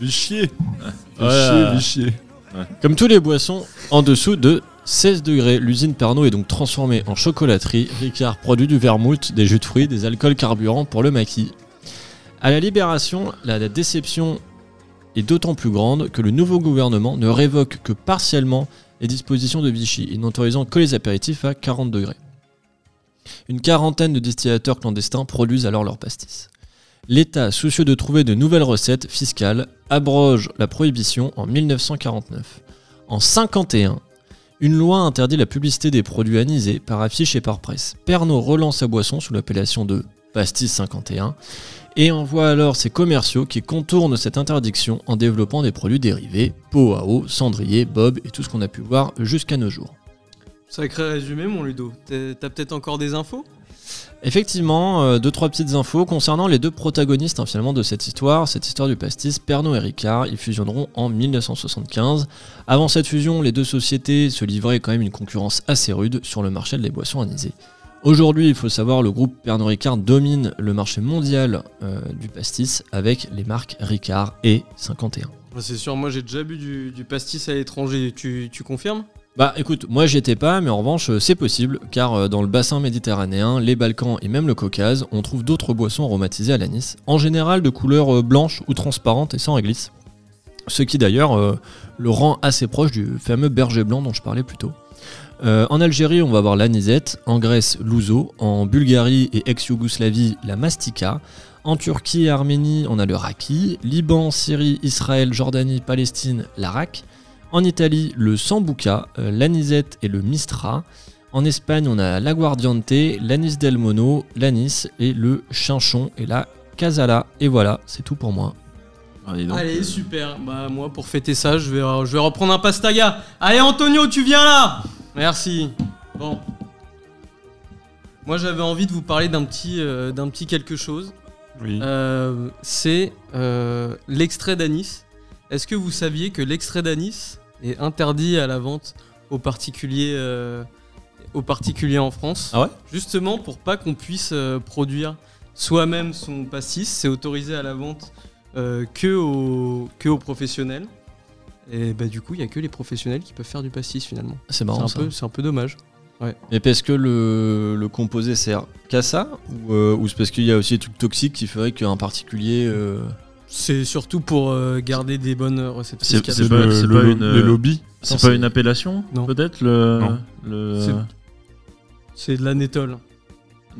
S5: Vichier.
S6: Voilà.
S5: Vichier, vichier.
S6: Comme tous les boissons, en dessous de 16 degrés, l'usine Pernod est donc transformée en chocolaterie. Ricard produit du vermouth, des jus de fruits, des alcools carburants pour le maquis. À la libération, la, la déception est d'autant plus grande que le nouveau gouvernement ne révoque que partiellement les dispositions de Vichy, et n'autorisant que les apéritifs à 40 degrés. Une quarantaine de distillateurs clandestins produisent alors leur pastis. L'État, soucieux de trouver de nouvelles recettes fiscales, abroge la prohibition en 1949. En 51, une loi interdit la publicité des produits anisés par affiche et par presse. Pernod relance sa boisson sous l'appellation de Pastis 51 et envoie alors ses commerciaux qui contournent cette interdiction en développant des produits dérivés, pot à eau, cendrier, bob et tout ce qu'on a pu voir jusqu'à nos jours.
S3: Sacré résumé, mon Ludo. T'es- T'as peut-être encore des infos
S6: Effectivement, euh, deux trois petites infos concernant les deux protagonistes hein, finalement de cette histoire, cette histoire du pastis, Pernod et Ricard, ils fusionneront en 1975. Avant cette fusion, les deux sociétés se livraient quand même une concurrence assez rude sur le marché des boissons anisées. Aujourd'hui, il faut savoir, le groupe Pernod Ricard domine le marché mondial euh, du pastis avec les marques Ricard et 51.
S3: Ah, C'est sûr, moi j'ai déjà bu du, du pastis à l'étranger. Tu, tu confirmes
S6: Bah écoute, moi j'y étais pas, mais en revanche euh, c'est possible, car euh, dans le bassin méditerranéen, les Balkans et même le Caucase, on trouve d'autres boissons aromatisées à l'anis, en général de couleur euh, blanche ou transparente et sans réglisse. Ce qui d'ailleurs euh, le rend assez proche du fameux berger blanc dont je parlais plus tôt. Euh, en Algérie, on va avoir l'anisette, en Grèce, l'ouzo, en Bulgarie et ex-Yougoslavie, la mastika. En Turquie et Arménie, on a le raki, Liban, Syrie, Israël, Jordanie, Palestine, l'arak. En Italie, le sambuca, euh, l'anisette et le mistra. En Espagne, on a l'aguardiante, l'anis del mono, l'anis et le chinchon et la casala. Et voilà, c'est tout pour moi.
S4: Allez, donc,
S3: Allez,
S4: euh,
S3: super. Bah, moi, pour fêter ça, je vais, euh, je vais reprendre un pastaga. Allez, Antonio, tu viens là Merci. Bon. Moi, j'avais envie de vous parler d'un petit, euh, d'un petit quelque chose.
S5: Oui.
S3: Euh, c'est euh, l'extrait d'anis. Est-ce que vous saviez que l'extrait d'anis est interdit à la vente aux particuliers, euh, aux particuliers en France
S6: Ah ouais
S3: Justement pour pas qu'on puisse euh, produire soi-même son pastis, c'est autorisé à la vente euh, que, aux, que aux professionnels. Et bah du coup, il y a que les professionnels qui peuvent faire du pastis finalement.
S6: C'est
S3: C'est
S6: marrant
S3: un,
S6: ça.
S3: peu- c'est un peu dommage.
S6: Mais parce que le, le composé sert qu'à ça Ou, euh, ou c'est parce qu'il y a aussi des trucs toxiques qui feraient qu'un particulier. euh,
S3: C'est surtout pour euh, garder des bonnes recettes
S4: C'est-
S3: fiscales.
S4: c'est pas- c'est pas une, euh,
S5: le lobby.
S4: C'est
S6: Attends,
S4: pas une appellation
S3: Non.
S4: Peut-être le.
S5: Non.
S4: le-
S3: C'est- C'est de la nétole.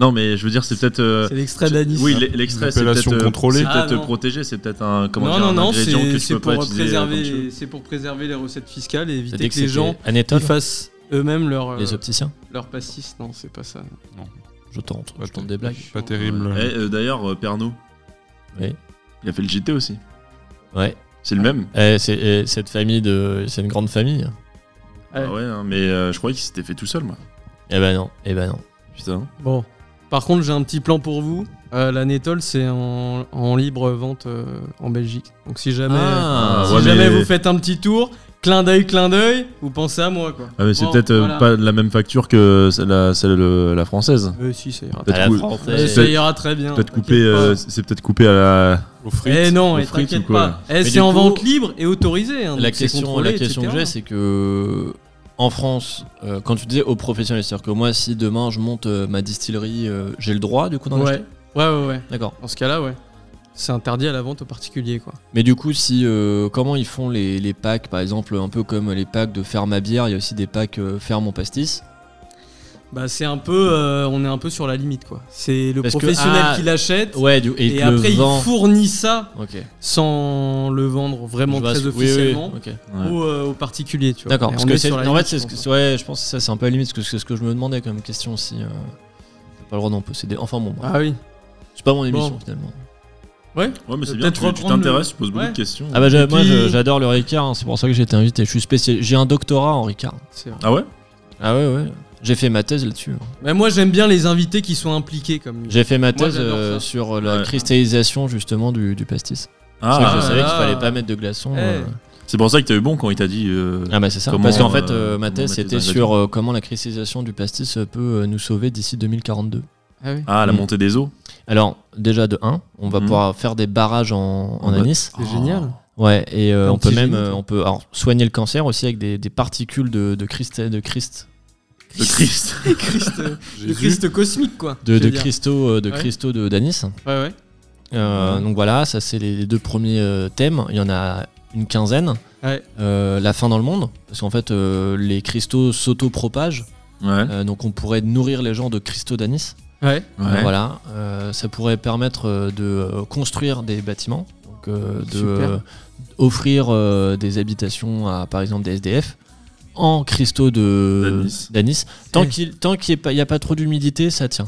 S4: Non, mais je veux dire, c'est peut-être. euh,
S3: C'est l'extrait d'anis.
S4: Oui, l- l'extrait, c'est
S5: Appellation
S4: peut-être euh,
S5: contrôlée.
S4: c'est
S3: Ah,
S4: peut-être, euh,
S3: non.
S4: protégé, c'est peut-être un, comment
S3: non,
S4: dire,
S3: non,
S4: un
S3: non,
S4: ingrédient que
S3: c'est
S4: tu
S3: c'est
S4: peux
S3: pour,
S4: pas utiliser. euh, comme tu veux.
S3: préserver- c'est pour préserver les recettes fiscales et
S6: t'as
S3: éviter
S6: dit
S3: que,
S6: que
S3: les
S6: c'était
S3: gens
S6: anétole,
S3: ils fassent eux-mêmes leur, euh,
S6: les opticiens.
S3: leur pastis. Non, c'est pas ça.
S5: Non.
S6: Je tente,
S5: Pas
S6: je tente
S5: ter-
S6: des blagues.
S5: Pas terrible.
S4: Eh, euh, D'ailleurs, euh, Pernaut,
S6: Oui.
S4: il a fait le JT aussi.
S6: Ouais.
S4: C'est le même.
S6: Eh, c'est- eh, cette famille de, c'est une grande famille.
S3: Ouais.
S4: Ah ouais, hein, mais euh, je croyais qu'il s'était fait tout seul, moi.
S6: Eh ben non, eh ben non.
S4: Putain.
S3: Bon. Par contre, j'ai un petit plan pour vous. Euh, la Nétol, c'est en, en libre vente euh, en Belgique. Donc si jamais,
S6: Ah,
S3: si
S4: ouais,
S3: jamais
S4: mais-
S3: vous faites un petit tour, clin d'œil, clin d'œil, vous pensez à moi, quoi.
S4: Ah, mais c'est
S3: Bon,
S4: peut-être euh,
S3: voilà.
S4: pas la même facture que celle, la, celle, euh, la française.
S3: Euh, si, ça ira.
S4: Peut-être
S6: À la
S4: cou-
S3: Euh,
S6: française.
S3: ça
S4: peut-être-
S3: ira très bien.
S4: peut-être
S3: t'inquiète
S4: coupé, euh,
S3: pas.
S4: c'est peut-être coupé à la.
S5: Aux frites.
S3: Eh non,
S4: aux
S3: eh,
S4: frites
S3: t'inquiète
S4: ou quoi.
S3: pas. Eh,
S6: Mais
S3: c'est
S6: du
S3: en
S6: coup,
S3: vente libre et autorisée. hein,
S6: La
S3: donc c'est
S6: question,
S3: contrôlé,
S6: la question que
S3: etc.
S6: j'ai, c'est que euh, en France, euh, quand tu disais aux professionnels, c'est-à-dire que moi, si demain je monte euh, ma distillerie, euh, j'ai le droit du coup d'en
S3: Ouais.
S6: acheter
S3: ouais, ouais, ouais.
S6: D'accord.
S3: Dans ce cas-là, ouais. C'est interdit à la vente aux particuliers, quoi.
S6: Mais du coup, si euh, comment ils font les, les packs, par exemple, un peu comme les packs de faire ma bière, il y a aussi des packs euh, faire mon pastis.
S3: Bah, c'est un peu, euh, on est un peu sur la limite, quoi. C'est le
S6: Parce que-
S3: professionnel
S6: ah,
S3: qui l'achète.
S6: Ouais, du, et,
S3: Et,
S6: que
S3: après,
S6: le vent.
S3: il fournit ça
S6: Ok.
S3: sans le vendre
S6: Je
S3: vraiment
S6: vois
S3: très
S6: ce- oui, oui,
S3: officiellement
S6: ok.
S4: oui.
S3: ou euh, aux particuliers, tu vois.
S6: D'accord.
S3: Et
S6: Parce
S3: on
S6: que
S3: est
S6: c'est,
S3: sur la
S6: en fait,
S3: limite,
S6: c'est ce
S3: je
S6: que,
S3: pense.
S6: ouais, je pense que ça, c'est un peu à la limite, parce que c'est ce que je me demandais comme question si euh, t'as pas le droit d'en posséder. Enfin bon, bref.
S3: Ah oui.
S6: c'est pas mon émission
S3: Bon.
S6: finalement.
S4: Ouais, mais c'est
S3: Euh, Peut-être
S4: bien, tu tu
S3: reprendre le-
S4: t'intéresses, tu poses beaucoup
S3: Ouais.
S4: de questions.
S6: Ah bah j'ai-
S3: Et
S6: moi
S3: puis-
S6: je- j'adore le Ricard, hein, c'est pour ça que j'ai été invité. Je suis spécial, j'ai un doctorat en Ricard.
S3: c'est vrai.
S4: Ah ouais
S6: Ah ouais ouais. J'ai fait ma thèse là-dessus. hein.
S3: Mais moi, j'aime bien les invités qui sont impliqués, comme.
S6: J'ai fait
S3: Moi,
S6: ma thèse
S3: j'adore
S6: euh,
S3: ça.
S6: sur la
S4: Ouais.
S6: cristallisation justement du, du pastis. C'est vrai que je
S3: Ah,
S6: savais
S3: là.
S6: qu'il fallait pas mettre de glaçons.
S3: Eh.
S6: euh.
S4: C'est pour ça que t'as eu bon quand il t'a dit. euh,
S6: Ah bah c'est ça.
S4: Comment,
S6: Parce qu'en fait
S4: euh,
S6: euh, ma
S4: comment
S6: thèse
S4: mettre les
S6: c'était sur euh, comment la cristallisation du pastis euh, peut euh, nous sauver d'ici 2042.
S3: Ah oui.
S4: Ah, la
S6: Mm.
S4: montée des eaux.
S6: Alors déjà de 1, on va
S4: Mhm.
S6: pouvoir faire des barrages en, en
S4: En
S6: anis.
S3: C'est génial.
S6: Ouais, et euh,
S3: Un
S6: on peut
S3: petit
S6: même
S3: génie,
S6: euh,
S3: toi.
S6: on peut alors, soigner le cancer aussi avec des, des particules de, de cristaux de crist
S4: Le Christ.
S3: Christ, euh, le Christ cosmique, quoi.
S6: de,
S3: je
S6: de
S3: veux dire.
S6: cristaux euh, de
S3: Ouais.
S6: cristaux de d'anis.
S3: Ouais, ouais.
S6: Euh, Donc voilà, ça c'est les deux premiers euh, thèmes. Il y en a une quinzaine.
S3: Ouais.
S6: Euh, la fin dans le monde, parce qu'en fait euh, les cristaux s'autopropagent,
S4: Ouais.
S6: Euh, donc on pourrait nourrir les gens de cristaux d'anis.
S3: Ouais.
S6: Euh,
S4: Ouais.
S6: Voilà, Euh, ça pourrait permettre euh, de euh, construire des bâtiments, donc euh, de
S3: Super.
S6: euh, offrir euh, des habitations à par exemple des SDF en cristaux de
S4: D'anis.
S6: d'anis. Tant
S3: Eh.
S6: qu'il tant qu'il n'y a pas trop d'humidité, ça tient.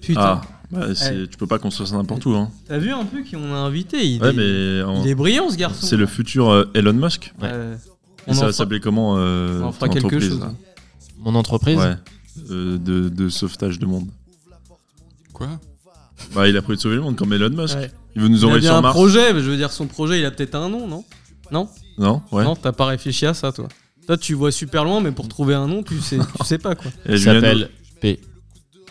S3: Putain.
S4: Ah, bah, c'est-
S3: Ouais.
S4: tu peux pas construire ça n'importe où. Hein.
S3: T'as vu un peu qui on a invité il,
S4: Ouais,
S3: est,
S4: mais en-
S3: il est brillant, ce garçon.
S4: c'est le futur euh, Elon Musk.
S6: ouais.
S3: Euh,
S4: Et
S3: on
S4: ça
S3: en
S4: va
S3: fera-
S4: s'appeler comment euh,
S3: on en fera
S4: ton
S3: quelque
S4: entreprise,
S3: chose.
S4: là
S6: Mon entreprise.
S4: Ouais. Euh, de, de sauvetage de monde.
S5: Quoi
S4: Bah, il a prévu de sauver le monde comme Elon Musk.
S3: Ouais.
S4: Il veut nous
S3: Il a
S4: envoyer
S3: bien
S4: sur
S3: un
S4: Mars.
S3: projet, mais je veux dire, son projet, il a peut-être un nom, non
S4: Non Ouais.
S3: Non, t'as pas réfléchi à ça, toi. Toi, tu vois super loin, mais pour trouver un nom, tu sais, tu sais pas, quoi.
S4: Et
S6: Il
S4: Julien
S6: s'appelle P.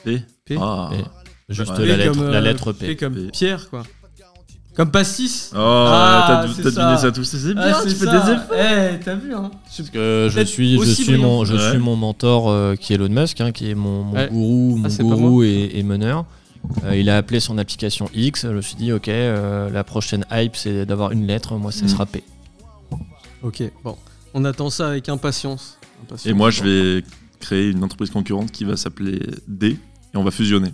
S4: P.
S3: P.
S4: Ah.
S6: P. Juste
S4: Ouais.
S6: la,
S3: P
S6: lettre,
S3: comme, euh,
S6: la lettre
S3: P
S6: P.
S3: comme
S4: P.
S3: Pierre, quoi. Comme Pastis.
S4: Oh,
S3: Ah,
S4: t'as dou-
S3: c'est
S4: t'as deviné
S3: ça. Ah,
S4: ça tous. C'est bien, tu fais des efforts.
S3: effets. Eh, t'as vu, hein
S6: Parce que Euh, je
S3: Peut-être
S6: suis, je
S3: aussi
S6: suis, mon,
S3: brillant.
S6: je
S4: Ouais.
S6: suis mon mentor euh, qui est Elon Musk, hein, qui est mon, mon
S3: Ouais.
S6: gourou, mon
S3: Ah, c'est pas
S6: gourou et, et meneur. Euh, il a appelé son application X. Je me suis dit, ok, euh, la prochaine hype, c'est d'avoir une lettre. Moi, ça
S4: Mm.
S6: sera P.
S3: Ok, bon. On attend ça avec impatience. Impatience.
S4: Et moi, je vais créer une entreprise concurrente qui va s'appeler D et on va fusionner.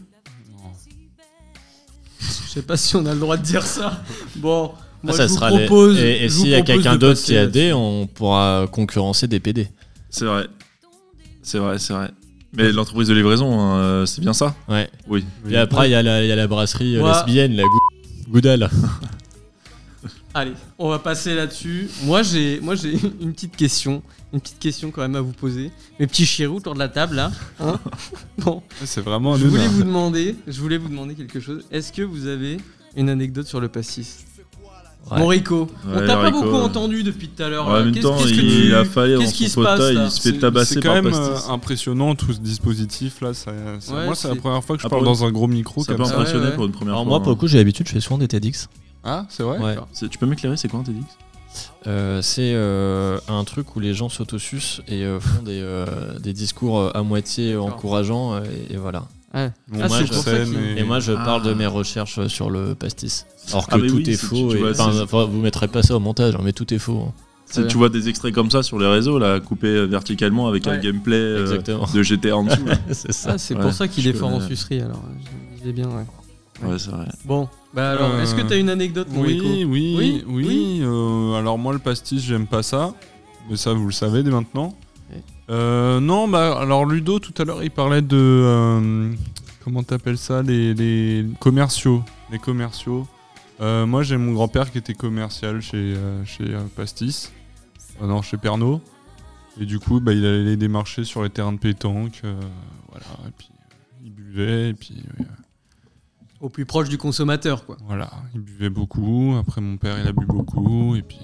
S3: Je sais pas si on a le droit de dire ça. Bon, moi,
S6: ça
S3: je vous
S6: sera les-
S3: propose...
S6: Et, et
S3: je vous
S6: s'il y a
S3: propose
S6: quelqu'un
S3: de
S6: d'autre
S3: passer
S6: qui a
S3: là-dessus.
S6: D, on pourra concurrencer des PD.
S4: C'est vrai. C'est vrai, c'est vrai. Mais l'entreprise de livraison, hein, euh, c'est bien ça
S6: Ouais.
S4: Oui.
S6: Et après, il y, a la- il y a la brasserie euh,
S3: Moi-
S6: lesbienne, la Gou- Goudal.
S3: Allez, on va passer là-dessus. Moi, j'ai, moi, j'ai une petite question, une petite question quand même à vous poser. Mes petits chirous autour de la table là. hein. bon,
S5: Ouais, C'est vraiment hein. un
S3: je voulais
S5: nanar.
S3: vous demander, je voulais vous demander quelque chose. Est-ce que vous avez une anecdote sur le pastis
S6: Ouais.
S3: Mon Rico, on
S4: Ouais,
S3: t'a
S4: le
S3: pas
S4: Rico,
S3: beaucoup
S4: ouais.
S3: entendu depuis tout à l'heure.
S4: En
S3: là.
S4: même
S3: Qu'est-ce-
S4: temps,
S3: qu'est-ce que
S4: il,
S3: tu-
S4: a failli dans
S3: qu'est-ce qui
S4: son
S3: se passe,
S4: fauteuil,
S3: là
S4: il se fait
S5: C'est-
S4: tabasser
S5: C'est quand
S4: par
S5: même
S4: Pastis.
S5: euh, impressionnant tout ce dispositif là. Ça, ça-
S3: Ouais,
S5: moi, c'est la
S3: c'est-
S5: première fois que je
S4: Ah,
S5: parle
S4: pour-
S5: dans un gros micro
S4: Ça
S5: comme
S4: peut
S5: ça.
S4: impressionner
S3: ouais, ouais.
S4: pour une première
S6: Alors
S4: fois.
S6: moi, pour le
S4: hein.
S6: coup, j'ai l'habitude, je fais souvent des TEDx.
S5: Ah, c'est vrai
S6: Ouais.
S4: C'est- Tu peux m'éclairer, c'est quoi un TEDx
S6: Euh, c'est euh, un truc où les gens s'autosucent et euh, font des, euh, des discours euh, à moitié
S3: D'accord.
S6: encourageants euh, et, et voilà.
S5: Bon,
S3: Ah,
S6: c'est
S5: sur
S6: pour
S3: ça
S5: scène
S3: qu'il-
S5: et-
S6: Et moi je
S4: Ah.
S6: parle de mes recherches euh, sur le pastis. Alors que
S4: Ah, mais
S6: tout
S4: oui,
S6: est
S4: c'est-
S6: faux.
S4: tu
S6: et-
S4: vois,
S6: enfin,
S4: c'est-
S6: enfin, vous mettrez pas ça au montage, hein, mais tout est faux. hein.
S4: Tu sais, tu vois des extraits comme ça sur les réseaux, là, coupés euh, verticalement avec un
S3: Ouais.
S4: gameplay euh,
S6: Exactement.
S4: de GTA en dessous. là.
S6: c'est ça.
S3: Ah, c'est
S4: Ouais,
S3: pour ça qu'il
S4: je
S3: est fort en
S4: connais.
S3: sucerie alors. Je me disais bien. ouais.
S4: ouais, c'est vrai.
S3: Bon, bah alors,
S5: Euh,
S3: est-ce que t'as une anecdote, mon Rico
S5: Oui, oui,
S3: Oui,
S5: oui.
S3: oui.
S5: euh, alors moi, le pastis, j'aime pas ça. Mais ça, vous le savez dès maintenant.
S3: Ouais.
S5: Euh, non, bah alors Ludo, tout à l'heure, il parlait de... euh, comment t'appelles ça les, les commerciaux. Les commerciaux. Euh, moi, j'ai mon grand-père qui était commercial chez, euh, chez euh, Pastis. Euh, non, chez Pernod. Et du coup, bah, il allait les démarcher sur les terrains de pétanque. euh, voilà. Et puis, euh, il buvait. Et puis, euh,
S3: Au plus proche du consommateur, quoi.
S5: voilà. Il buvait beaucoup. Après, mon père, il a bu beaucoup. Et puis,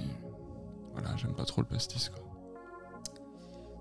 S5: voilà, j'aime pas trop le pastis. Quoi.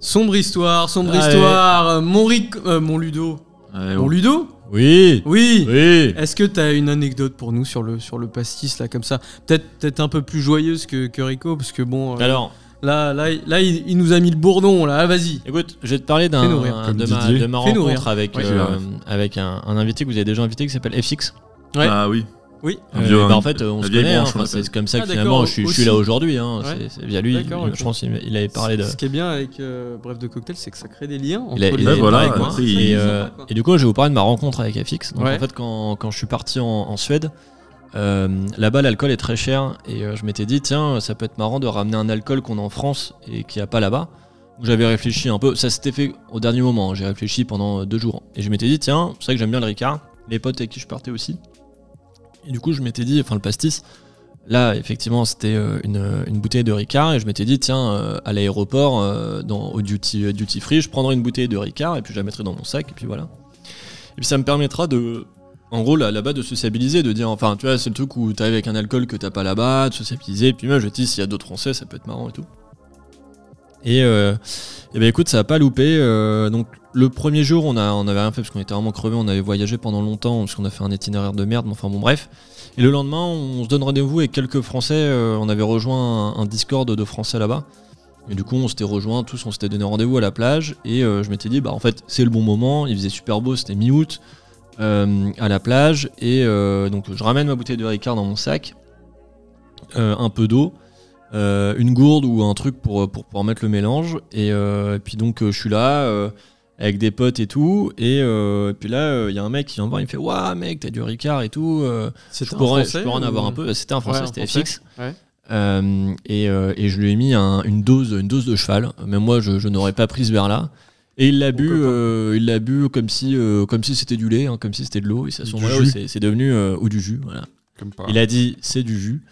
S3: Sombre histoire, sombre
S6: Allez.
S3: histoire. euh, Mon, Ric- euh, mon Ludo.
S4: Ouais,
S3: Mon
S4: oh.
S3: Ludo
S6: Oui
S3: Oui.
S6: Oui
S3: Est-ce que t'as une anecdote pour nous sur le, sur le pastis, là, comme ça Peut-être peut un peu plus joyeuse que, que Rico, parce que bon, euh,
S6: Alors,
S3: là, là, il- là il, il nous a mis le bourdon, là. Ah, vas-y.
S6: écoute, je vais te parler d'un,
S3: Fais-nous rire,
S6: de,
S5: comme
S6: ma,
S5: Didier.
S6: de ma
S3: Fais-nous rire.
S6: rencontre avec,
S3: Ouais,
S6: euh,
S5: j'ai l'air.
S6: avec un, un invité que vous avez déjà invité qui s'appelle FX.
S3: Ouais.
S4: Ah oui.
S3: Oui.
S4: Un
S6: Euh,
S4: vieux-
S6: bah, en fait, euh, on
S4: la
S6: se
S4: vieille
S6: connaît,
S4: branche,
S6: hein.
S4: on
S6: Enfin, c'est
S4: l'appelle.
S6: comme ça que
S3: Ah,
S6: finalement
S3: d'accord,
S6: je suis, je suis là
S3: aussi.
S6: aujourd'hui. hein.
S3: Ouais.
S6: C'est- c'est via lui,
S3: D'accord, ok.
S6: je pense qu'il il avait parlé de.
S3: Ce qui est bien avec euh, Bref de Cocktail, c'est que ça crée des liens entre
S6: Il a,
S3: les
S6: il a
S4: Ouais, voilà,
S6: parlé avec moi.
S4: c'est-
S6: Et,
S3: c'est
S6: euh,
S3: sympa, quoi.
S6: et du coup, je vais vous parler de ma rencontre avec FX. Donc,
S3: Ouais.
S6: en fait, quand, quand je suis parti en, en Suède, euh, là-bas, l'alcool est très cher. Et euh, je m'étais dit, tiens, ça peut être marrant de ramener un alcool qu'on a en France et qu'il n'y a pas là-bas. Donc, J'avais réfléchi un peu. Ça s'était fait au dernier moment. hein. J'ai réfléchi pendant euh, deux jours. Et je m'étais dit, tiens, c'est vrai que j'aime bien le Ricard. Les potes avec qui je partais aussi. Et du coup, je m'étais dit, enfin, le pastis. Là, effectivement, c'était euh, une, une bouteille de Ricard et je m'étais dit, tiens, euh, à l'aéroport, euh, dans- au duty, euh, duty free, je prendrai une bouteille de Ricard et puis je la mettrai dans mon sac et puis voilà. Et puis ça me permettra de, en gros, là- là-bas, de sociabiliser, de dire, enfin, tu vois, c'est le truc où t'arrives avec un alcool que t'as pas là-bas, de sociabiliser, et puis même, je te dis, s'il y a d'autres Français, ça peut être marrant et tout. Et, euh, eh ben écoute, ça a pas loupé. euh, donc le premier jour, on, a, on avait rien fait parce qu'on était vraiment crevés, on avait voyagé pendant longtemps, parce qu'on a fait un itinéraire de merde, mais enfin bon bref. Et le lendemain, on se donne rendez-vous avec quelques Français. euh, on avait rejoint un, un Discord de Français là-bas. Et du coup, on s'était rejoints tous, on s'était donné rendez-vous à la plage. Et euh, je m'étais dit, bah en fait, c'est le bon moment. Il faisait super beau, c'était mi-août euh, à la plage. Et euh, donc, je ramène ma bouteille de Ricard dans mon sac, euh, un peu d'eau, euh, une gourde ou un truc pour, pour pouvoir mettre le mélange. Et, euh, et puis donc, euh, je suis là. euh, avec des potes et tout, et, euh, et puis là, il y a un mec qui vient me voir, il me fait Waouh, mec, t'as du Ricard et tout. euh,
S3: C'était
S6: je
S3: un
S6: pourrais,
S3: Français
S6: je pourrais en
S3: ou-
S6: avoir un peu. C'était un français,
S3: Ouais, un
S6: c'était
S3: Français.
S6: FX.
S3: Ouais.
S6: Euh, et, euh, et je lui ai mis un- une, dose, une dose de cheval. Même moi, je, je n'aurais pas pris ce verre-là. Et il l'a bu,
S3: copain.
S6: euh, il l'a bu comme si, euh, comme si c'était du lait, hein, comme si c'était de l'eau. Et ça, à ce
S5: Du
S6: moment-là,
S5: jus.
S6: c'est c'est devenu euh, ou du jus. Voilà.
S5: Comme par
S6: Il a dit c'est du jus.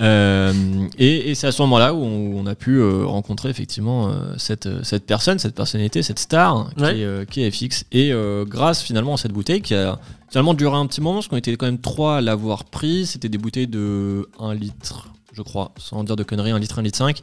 S6: Euh, et et c'est à ce moment-là où on, on a pu euh, rencontrer effectivement euh, cette, euh, cette personne, cette personnalité, cette star qui,
S3: Ouais.
S6: est, euh, qui est FX. Et euh, grâce finalement à cette bouteille qui a finalement duré un petit moment parce qu'on était quand même trois à l'avoir pris. C'était des bouteilles de 1 litre, je crois, sans dire de conneries, 1 litre, 1 litre 5.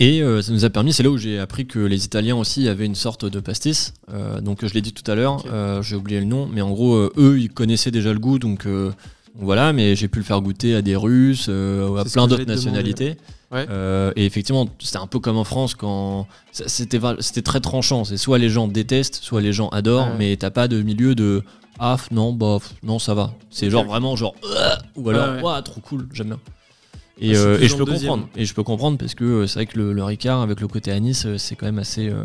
S6: Et euh, ça nous a permis, c'est là où j'ai appris que les Italiens aussi avaient une sorte de pastis. Euh, donc je l'ai dit tout à l'heure,
S3: Ok.
S6: euh, j'ai oublié le nom, mais en gros, euh, eux, ils connaissaient déjà le goût, donc euh, voilà, mais j'ai pu le faire goûter à des Russes, euh, à
S3: C'est ce
S6: plein
S3: que
S6: d'autres
S3: j'allais te
S6: nationalités.
S3: demander. Ouais.
S6: Euh, et effectivement, c'était un peu comme en France quand ça- c'était va- c'était très tranchant. C'est soit les gens détestent, soit les gens adorent,
S3: Ouais.
S6: mais t'as pas de milieu de ah f- non bah f- non ça va. C'est genre vraiment genre Ouah ou alors
S3: Ouais, ouais.
S6: Ouah, trop cool, j'aime bien. Et,
S3: Ah, c'est
S6: euh,
S3: toujours
S6: et je peux
S3: le deuxième.
S6: comprendre. Et je peux comprendre parce que euh, c'est vrai que le, le Ricard avec le côté anis, euh, c'est quand même assez euh,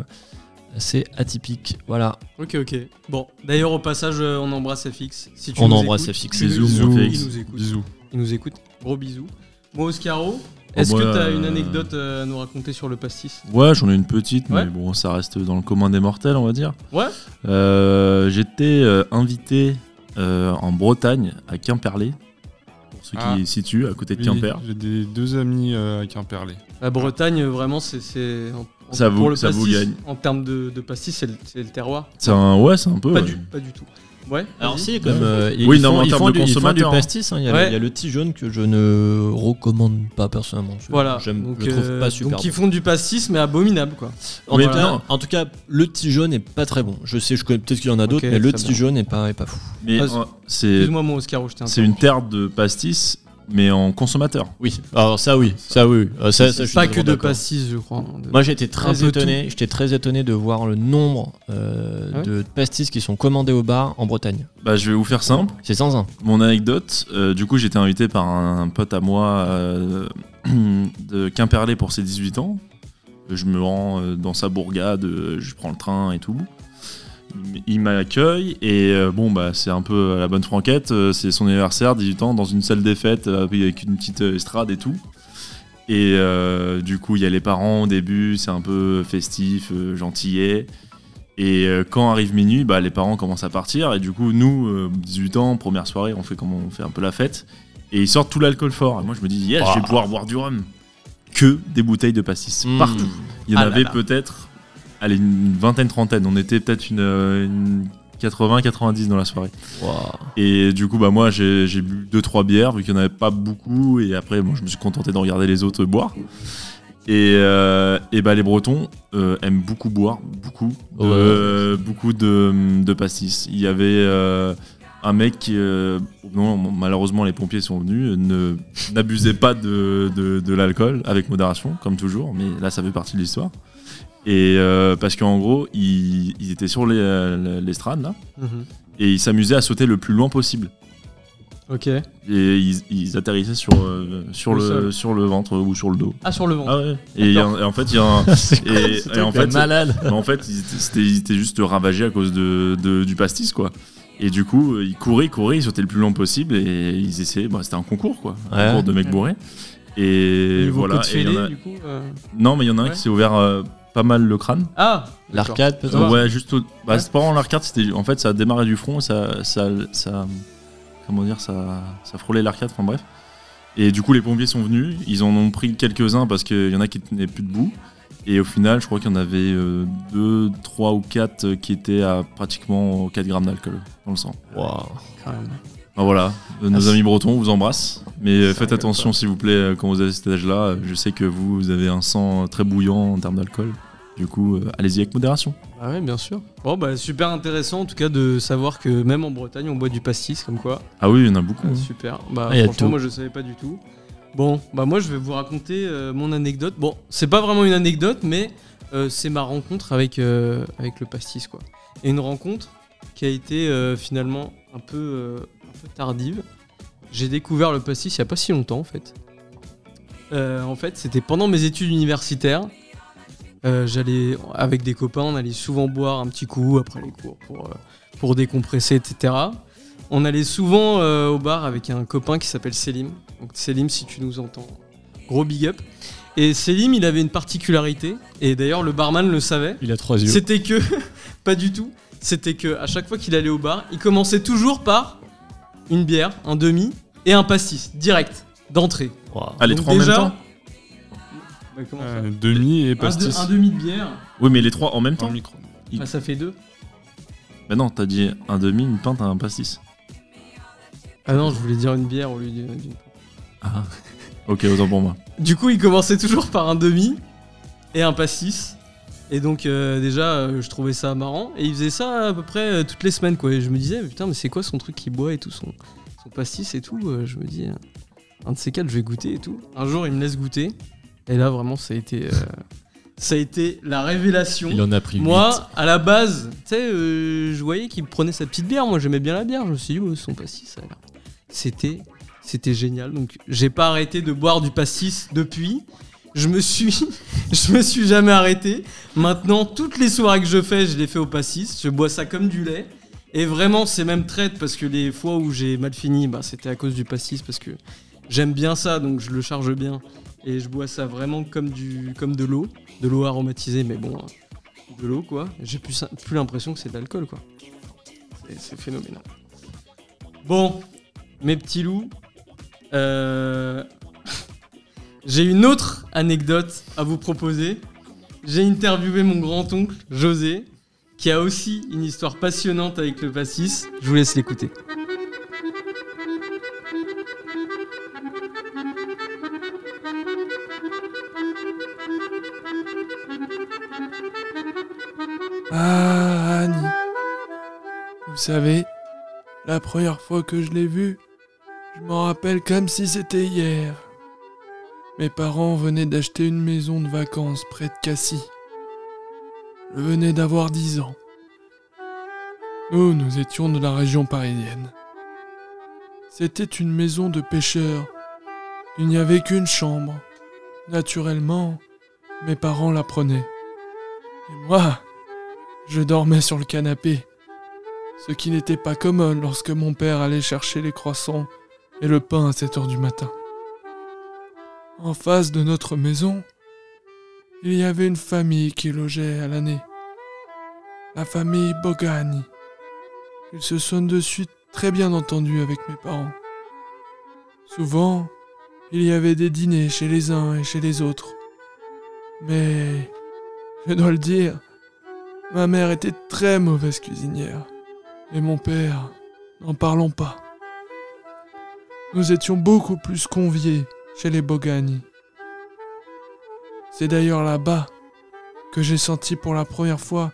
S6: assez atypique. Voilà.
S3: Ok, ok. Bon, d'ailleurs, au passage, euh, on embrasse FX. Si tu
S6: On
S3: nous
S6: embrasse
S3: écoutes,
S6: FX.
S3: tu nous-
S4: Bisous, mon
S3: il
S4: FX.
S3: nous écoute.
S5: Bisous.
S3: Il nous écoute. Gros bisous. Moi, Oscaro, est-ce
S4: moi,
S3: que t'as
S4: euh,
S3: une anecdote euh, à nous raconter sur le pastis
S4: Ouais, j'en ai une petite,
S3: Ouais.
S4: mais bon, ça reste dans le commun des mortels, on va dire.
S3: Ouais.
S4: Euh, J'étais euh, invité euh, en Bretagne, à Quimperlé, pour ceux
S5: Ah.
S4: qui se situent, à côté de
S5: Oui,
S4: Quimper.
S5: J'ai des deux amis euh, à Quimperlé.
S3: La Bretagne, euh, vraiment, c'est- c'est. en- en-
S4: Ça vous-
S3: pour le
S4: ça vous
S3: pastis,
S4: gagne.
S3: En termes de, de pastis, c'est le, c'est le terroir.
S4: C'est un, ouais, c'est un peu.
S3: Pas,
S4: ouais.
S3: du, pas du tout. Ouais.
S6: Alors
S3: vas-y.
S6: si, comme euh, ils,
S4: Oui,
S6: ils
S4: non,
S6: font,
S4: mais en
S6: ils
S4: termes
S6: font
S4: de
S6: du, ils font du
S4: consommateur, hein.
S6: pastis. hein. Il, y a,
S3: Ouais.
S6: il y a le petit jaune que je ne recommande pas personnellement. Je-
S3: Voilà.
S6: j'aime,
S3: donc,
S6: je le trouve
S3: euh,
S6: pas super.
S3: Donc,
S6: bon.
S3: ils font du pastis, mais abominable, quoi.
S6: en,
S4: Mais
S6: tout cas,
S4: non.
S6: en tout cas, le petit jaune est pas très bon. Je sais, je connais peut-être qu'il y en a d'autres,
S3: Ok,
S6: mais le
S3: très
S6: petit
S3: bien.
S6: jaune est pas, est pas fou.
S4: Mais
S3: Ah,
S4: euh, c'est
S3: Excuse-moi, mon Oscaro, je t'ai
S4: c'est une terre de pastis, mais en consommateur.
S6: Oui. Alors ça, oui, ça, oui. Euh, ça, ça, je suis
S3: Pas que
S6: totalement
S3: de
S6: d'accord.
S3: pastis, je crois. hein, de-
S6: Moi, j'étais
S3: Un
S6: très
S3: peu
S6: étonné. J'étais très étonné de voir le nombre euh,
S3: Ah ouais
S6: de pastis qui sont commandés au bar en Bretagne.
S4: Bah, je vais vous faire simple.
S6: C'est zinzin.
S4: Mon anecdote, euh, du coup, j'étais invité par un, pote à moi euh, de Quimperlé pour ses 18 ans. Je me rends euh, dans sa bourgade, euh, je prends le train et tout. Il m'accueille et euh, bon, bah, c'est un peu à la bonne franquette. euh, c'est son anniversaire, 18 ans, dans une salle des fêtes euh, avec une petite euh, estrade et tout. Et euh, du coup, il y a les parents au début, c'est un peu festif, euh, gentillet. Et euh, quand arrive minuit, bah, les parents commencent à partir. Et du coup, nous, euh, 18 ans, première soirée, on fait comme on fait un peu la fête. Et ils sortent tout l'alcool fort. Et moi, je me dis, yes, je vais pouvoir boire du rhum. Que des bouteilles de pastis
S6: Mmh.
S4: partout. Il y en
S3: Ah là
S4: avait
S3: là.
S4: peut-être, allez, une vingtaine, trentaine. On était peut-être une, euh, une 80, 90 dans la soirée. Et du coup, bah, moi, j'ai j'ai bu deux trois bières, vu qu'il n'y en avait pas beaucoup. Et après, moi, je me suis contenté de regarder les autres boire. Et, euh, et bah, les Bretons euh, aiment beaucoup boire, beaucoup, de-
S6: Ouais.
S4: beaucoup de, de pastis. Il y avait euh, un mec qui, euh, non, malheureusement, les pompiers sont venus, euh, ne- n'abusez pas de, de- de l'alcool, avec modération, comme toujours, mais là, ça fait partie de l'histoire. Et euh, parce qu'en gros, ils, ils étaient sur les- euh, l'estrade, là,
S3: Mhm.
S4: et ils s'amusaient à sauter le plus loin possible.
S3: Ok.
S4: Et ils, ils atterrissaient sur, euh, sur,
S3: Le
S4: le,
S3: sol.
S4: sur le ventre ou sur le dos.
S3: Ah, sur le ventre.
S4: Ah ouais. Et, il y a un- et en fait, il y a un. et, et en fait,
S6: malade.
S4: mais en fait, ils étaient, c'était- ils étaient juste ravagés à cause de, de- du pastis, quoi. Et du coup, euh, ils couraient, couraient, ils sautaient le plus loin possible et ils essayaient. bah, c'était un concours, quoi. Un
S6: Ouais.
S4: concours de mecs bourrés. Et
S3: Niveau
S4: voilà.
S3: coup de
S4: et il y en
S3: fêlée,
S4: a-
S3: du coup. euh.
S4: Non, mais il y en a un
S3: Ouais.
S4: qui s'est ouvert euh, pas mal le crâne.
S3: Ah,
S6: L'arcade peut-être
S4: Euh,
S3: Ah.
S4: ouais, juste au... bah,
S3: Ouais.
S4: c'est pas en l'arcade, c'était en fait ça a démarré du front, ça ça ça comment dire ça ça frôlait l'arcade, enfin bref. Et du coup les pompiers sont venus, ils en ont pris quelques-uns parce qu'il y en a qui tenaient plus debout. Et au final, je crois qu'il y en avait euh, deux, trois ou quatre euh, qui étaient à pratiquement 4 grammes d'alcool dans le sang.
S6: Waouh.
S4: Ben voilà, euh, nos
S6: Ah,
S4: amis bretons, on vous embrasse. Mais euh, faites
S6: rigole
S4: attention s'il vous plaît euh, quand vous avez cet âge-là. Euh, Je sais que vous, vous avez un sang euh, très bouillant en termes d'alcool. Du coup, euh, allez-y avec modération.
S3: Ah ouais, bien sûr. Bon, bah super intéressant en tout cas de savoir que même en Bretagne on boit du pastis comme quoi.
S4: Ah oui, il y en a beaucoup.
S3: Ah,
S4: hein.
S3: super. Bah
S6: Ah, y a
S3: franchement
S6: tout.
S3: moi je savais pas du tout. Bon, bah moi je vais vous raconter euh, mon anecdote. Bon, c'est pas vraiment une anecdote mais euh, c'est ma rencontre avec, euh, avec le pastis quoi. Et une rencontre qui a été euh, finalement un peu, euh, un peu tardive. J'ai découvert le pastis il y a pas si longtemps en fait. Euh, en fait, c'était pendant mes études universitaires. Euh, j'allais avec des copains, on allait souvent boire un petit coup après les cours pour, euh, pour décompresser, etc. On allait souvent euh, au bar avec un copain qui s'appelle Selim. Donc Selim, si tu nous entends, gros big up. Et Selim, il avait une particularité, et d'ailleurs le barman le savait.
S6: Il a trois yeux.
S3: C'était que, pas du tout, c'était que à chaque fois qu'il allait au bar, il commençait toujours par une bière, un demi et un pastis, direct, d'entrée.
S6: Waouh.
S4: Ah, les
S3: Donc
S4: trois en même
S3: déjà-
S4: temps
S3: Bah, comment ça
S5: Euh, demi et
S3: Un de-
S5: pastis.
S3: un demi de bière,
S4: Oui, mais les trois en même temps
S5: micro.
S4: Il-
S3: bah, ça fait deux.
S4: Bah non, t'as dit un demi, une pinte, un pastis.
S3: Ah non, je voulais dire une bière au lieu d'une. d'une-
S4: Ok, autant pour moi.
S3: Du coup, il commençait toujours par un demi et un pastis. Et donc, euh, déjà, euh, je trouvais ça marrant. Et il faisait ça à peu près euh, toutes les semaines, quoi. Et je me disais, mais putain, mais c'est quoi son truc qu'il boit et tout, son, son pastis et tout Euh, Je me dis, euh, un de ces quatre, je vais goûter et tout. Un jour, il me laisse goûter. Et là, vraiment, ça a été, euh, ça a été la révélation.
S6: Il en a pris huit.
S3: Moi, à la base, tu sais, euh, je voyais qu'il prenait sa petite bière. Moi, j'aimais bien la bière. Je me suis dit, oh, son pastis, ça a l'air. C'était, c'était génial. Donc, j'ai pas arrêté de boire du pastis depuis. Je me suis, je me suis jamais arrêté. Maintenant, toutes les soirées que je fais, je les fais au pastis. Je bois ça comme du lait. Et vraiment, c'est même traite parce que les fois où j'ai mal fini, bah, c'était à cause du pastis parce que j'aime bien ça, donc je le charge bien. Et je bois ça vraiment comme, du, comme de l'eau, de l'eau aromatisée, mais bon, de l'eau quoi. J'ai plus, ça- plus l'impression que c'est de l'alcool quoi. C'est- C'est phénoménal. Bon, mes petits loups, euh, j'ai une autre anecdote à vous proposer. J'ai interviewé mon grand-oncle José, qui a aussi une histoire passionnante avec le pastis. Je vous laisse l'écouter.
S8: Ah, Annie. Vous savez, la première fois que je l'ai vue, je m'en rappelle comme si c'était hier. Mes parents venaient d'acheter une maison de vacances près de Cassis. Je venais d'avoir 10 ans. Nous, nous étions de la région parisienne. C'était une maison de pêcheurs. Il n'y avait qu'une chambre. Naturellement, mes parents la prenaient. Et moi, je dormais sur le canapé, ce qui n'était pas commode lorsque mon père allait chercher les croissants et le pain à 7 heures du matin. En face de notre maison, il y avait une famille qui logeait à l'année. la famille Bogani. Ils se sont de suite très bien entendus avec mes parents. Souvent, il y avait des dîners chez les uns et chez les autres. Mais, je dois le dire, ma mère était très mauvaise cuisinière. Et mon père, n'en parlons pas. Nous étions beaucoup plus conviés chez les Bogani. C'est d'ailleurs là-bas que j'ai senti pour la première fois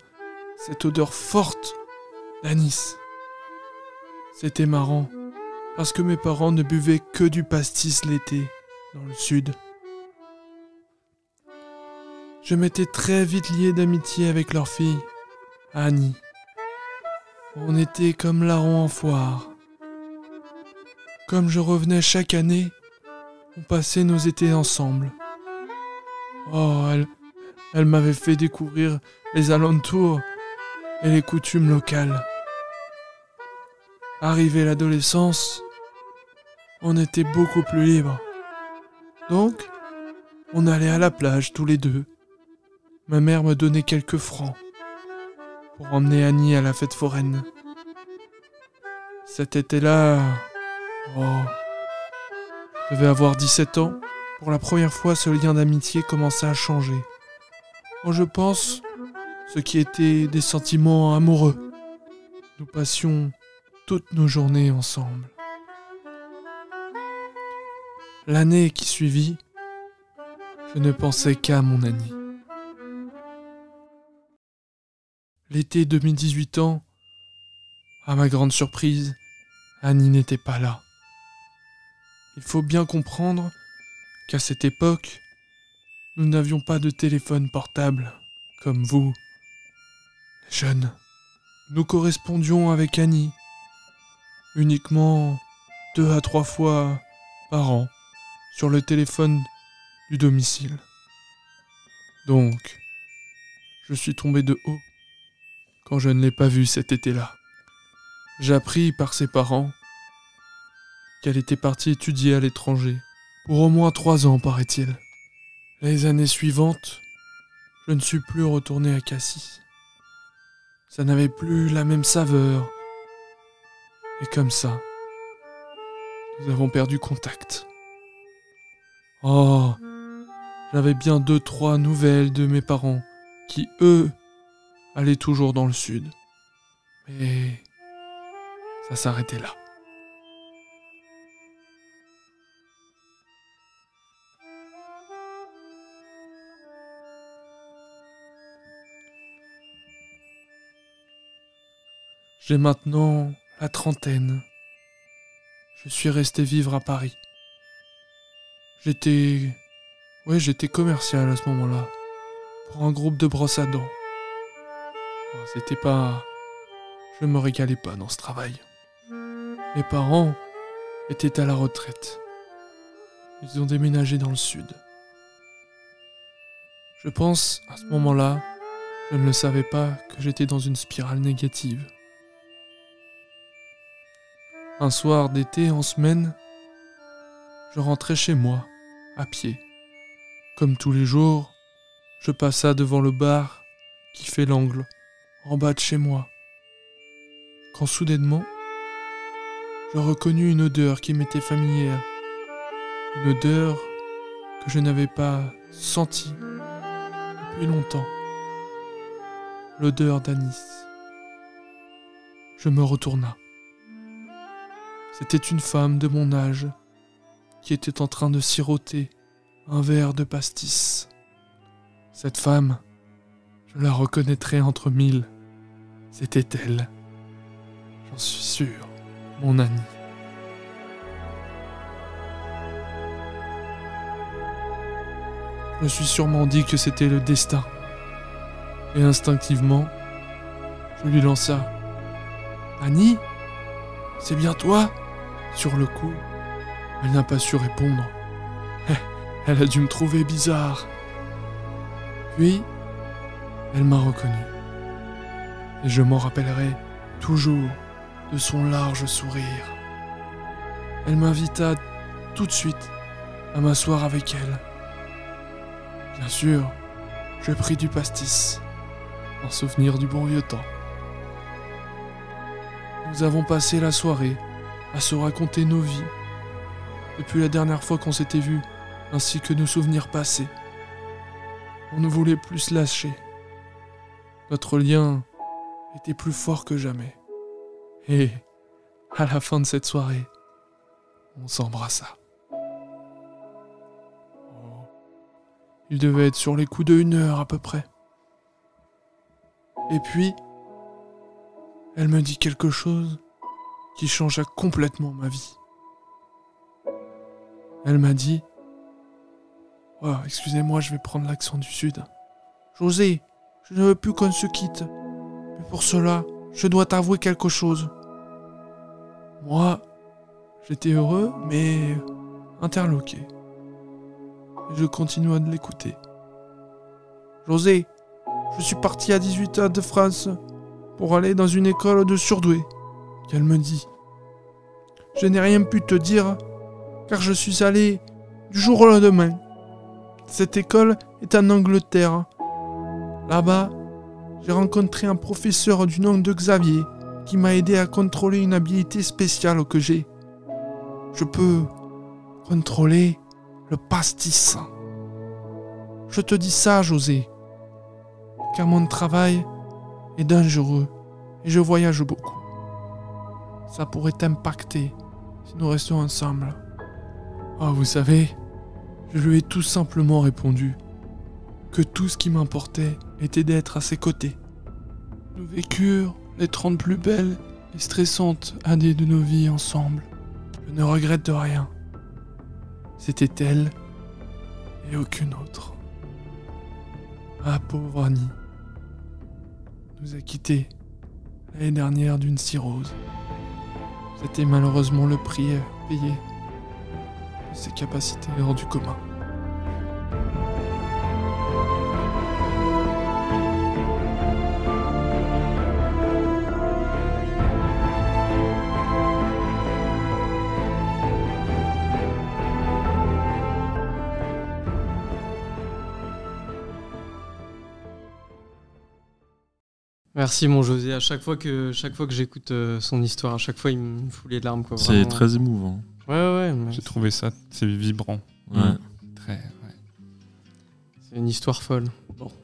S8: cette odeur forte d'anis. C'était marrant, parce que mes parents ne buvaient que du pastis l'été, dans le sud. Je m'étais très vite lié d'amitié avec leur fille, Annie. On était comme larrons en foire. Comme je revenais chaque année, on passait nos étés ensemble. Oh, elle, elle m'avait fait découvrir les alentours et les coutumes locales. Arrivé l'adolescence, on était beaucoup plus libre. Donc, on allait à la plage tous les deux. Ma mère me donnait quelques francs pour emmener Annie à la fête foraine. Cet été-là, oh, je devais avoir 17 ans. Pour la première fois, ce lien d'amitié commençait à changer. Quand je pense, ce qui était des sentiments amoureux, nous passions toutes nos journées ensemble. L'année qui suivit, je ne pensais qu'à mon Annie. L'été 2018 ans, à ma grande surprise, Annie n'était pas là. Il faut bien comprendre qu'à cette époque, nous n'avions pas de téléphone portable, comme vous, les jeunes. Nous correspondions avec Annie, uniquement deux à trois fois par an, sur le téléphone du domicile. Donc, je suis tombé de haut quand je ne l'ai pas vue cet été-là. J'appris par ses parents qu'elle était partie étudier à l'étranger, pour au moins trois ans, paraît-il. Les années suivantes, je ne suis plus retourné à Cassis. Ça n'avait plus la même saveur. Et comme ça, nous avons perdu contact. Oh, j'avais bien deux, trois nouvelles de mes parents, qui, eux, allaient toujours dans le sud. Mais ça s'arrêtait là. J'ai maintenant la trentaine. Je suis resté vivre à Paris. J'étais. Ouais, j'étais commercial à ce moment-là. Pour un groupe de brosses à dents. Oh, C'était pas. Je me régalais pas dans ce travail. Mes parents étaient à la retraite. Ils ont déménagé dans le sud. Je pense, à ce moment-là, je ne le savais pas que j'étais dans une spirale négative. Un soir d'été en semaine, je rentrais chez moi, à pied. Comme tous les jours, je passa devant le bar qui fait l'angle, en bas de chez moi. Quand soudainement, je reconnus une odeur qui m'était familière, une odeur que je n'avais pas sentie depuis longtemps, l'odeur d'anis. Je me retourna. C'était une femme de mon âge qui était en train de siroter un verre de pastis. Cette femme, je la reconnaîtrai entre mille. C'était elle. J'en suis sûr, mon Annie. Je me suis sûrement dit que c'était le destin. Et instinctivement, je lui lança Annie C'est bien toi Sur le coup, elle n'a pas su répondre. Elle a dû me trouver bizarre. Puis, elle m'a reconnu. Et je m'en rappellerai toujours de son large sourire. Elle m'invita tout de suite à m'asseoir avec elle. Bien sûr, je pris du pastis. Un souvenir du bon vieux temps. Nous avons passé la soirée à se raconter nos vies, depuis la dernière fois qu'on s'était vus, ainsi que nos souvenirs passés. On ne voulait plus se lâcher. Notre lien était plus fort que jamais. Et à la fin de cette soirée, on s'embrassa. Oh. Il devait être sur les coups de une heure à peu près. Et puis, elle me dit quelque chose qui changea complètement ma vie. Elle m'a dit Oh, excusez-moi, je vais prendre l'accent du sud. José, je ne veux plus qu'on se quitte. Mais pour cela, je dois t'avouer quelque chose. Moi, j'étais heureux, mais interloqué. Et je continua de l'écouter. José, je suis parti à 18h de France pour aller dans une école de surdoués. Qu'elle me dit. Je n'ai rien pu te dire, car je suis allé du jour au lendemain. Cette école est en Angleterre. Là-bas, j'ai rencontré un professeur du nom de Xavier qui m'a aidé à contrôler une habilité spéciale que j'ai. Je peux contrôler le pastis. Je te dis ça, José, car mon travail est dangereux et je voyage beaucoup. Ça pourrait t'impacter si nous restions ensemble. Ah, vous savez, je lui ai tout simplement répondu que tout ce qui m'importait était d'être à ses côtés. Nous vécurent les 30 plus belles et stressantes années de nos vies ensemble. Je ne regrette de rien. C'était elle et aucune autre. Ah, pauvre Annie nous a quittés l'année dernière d'une cirrhose. C'était malheureusement le prix à payer de ses capacités hors du commun.
S3: Merci mon José. À chaque fois que, chaque fois que j'écoute euh, son histoire, à chaque fois il me fout les larmes. quoi,
S4: C'est
S3: vraiment.
S4: très émouvant.
S3: Ouais, ouais. mais
S5: J'ai trouvé ça, c'est vibrant.
S4: Ouais.
S5: Très,
S3: C'est une histoire folle.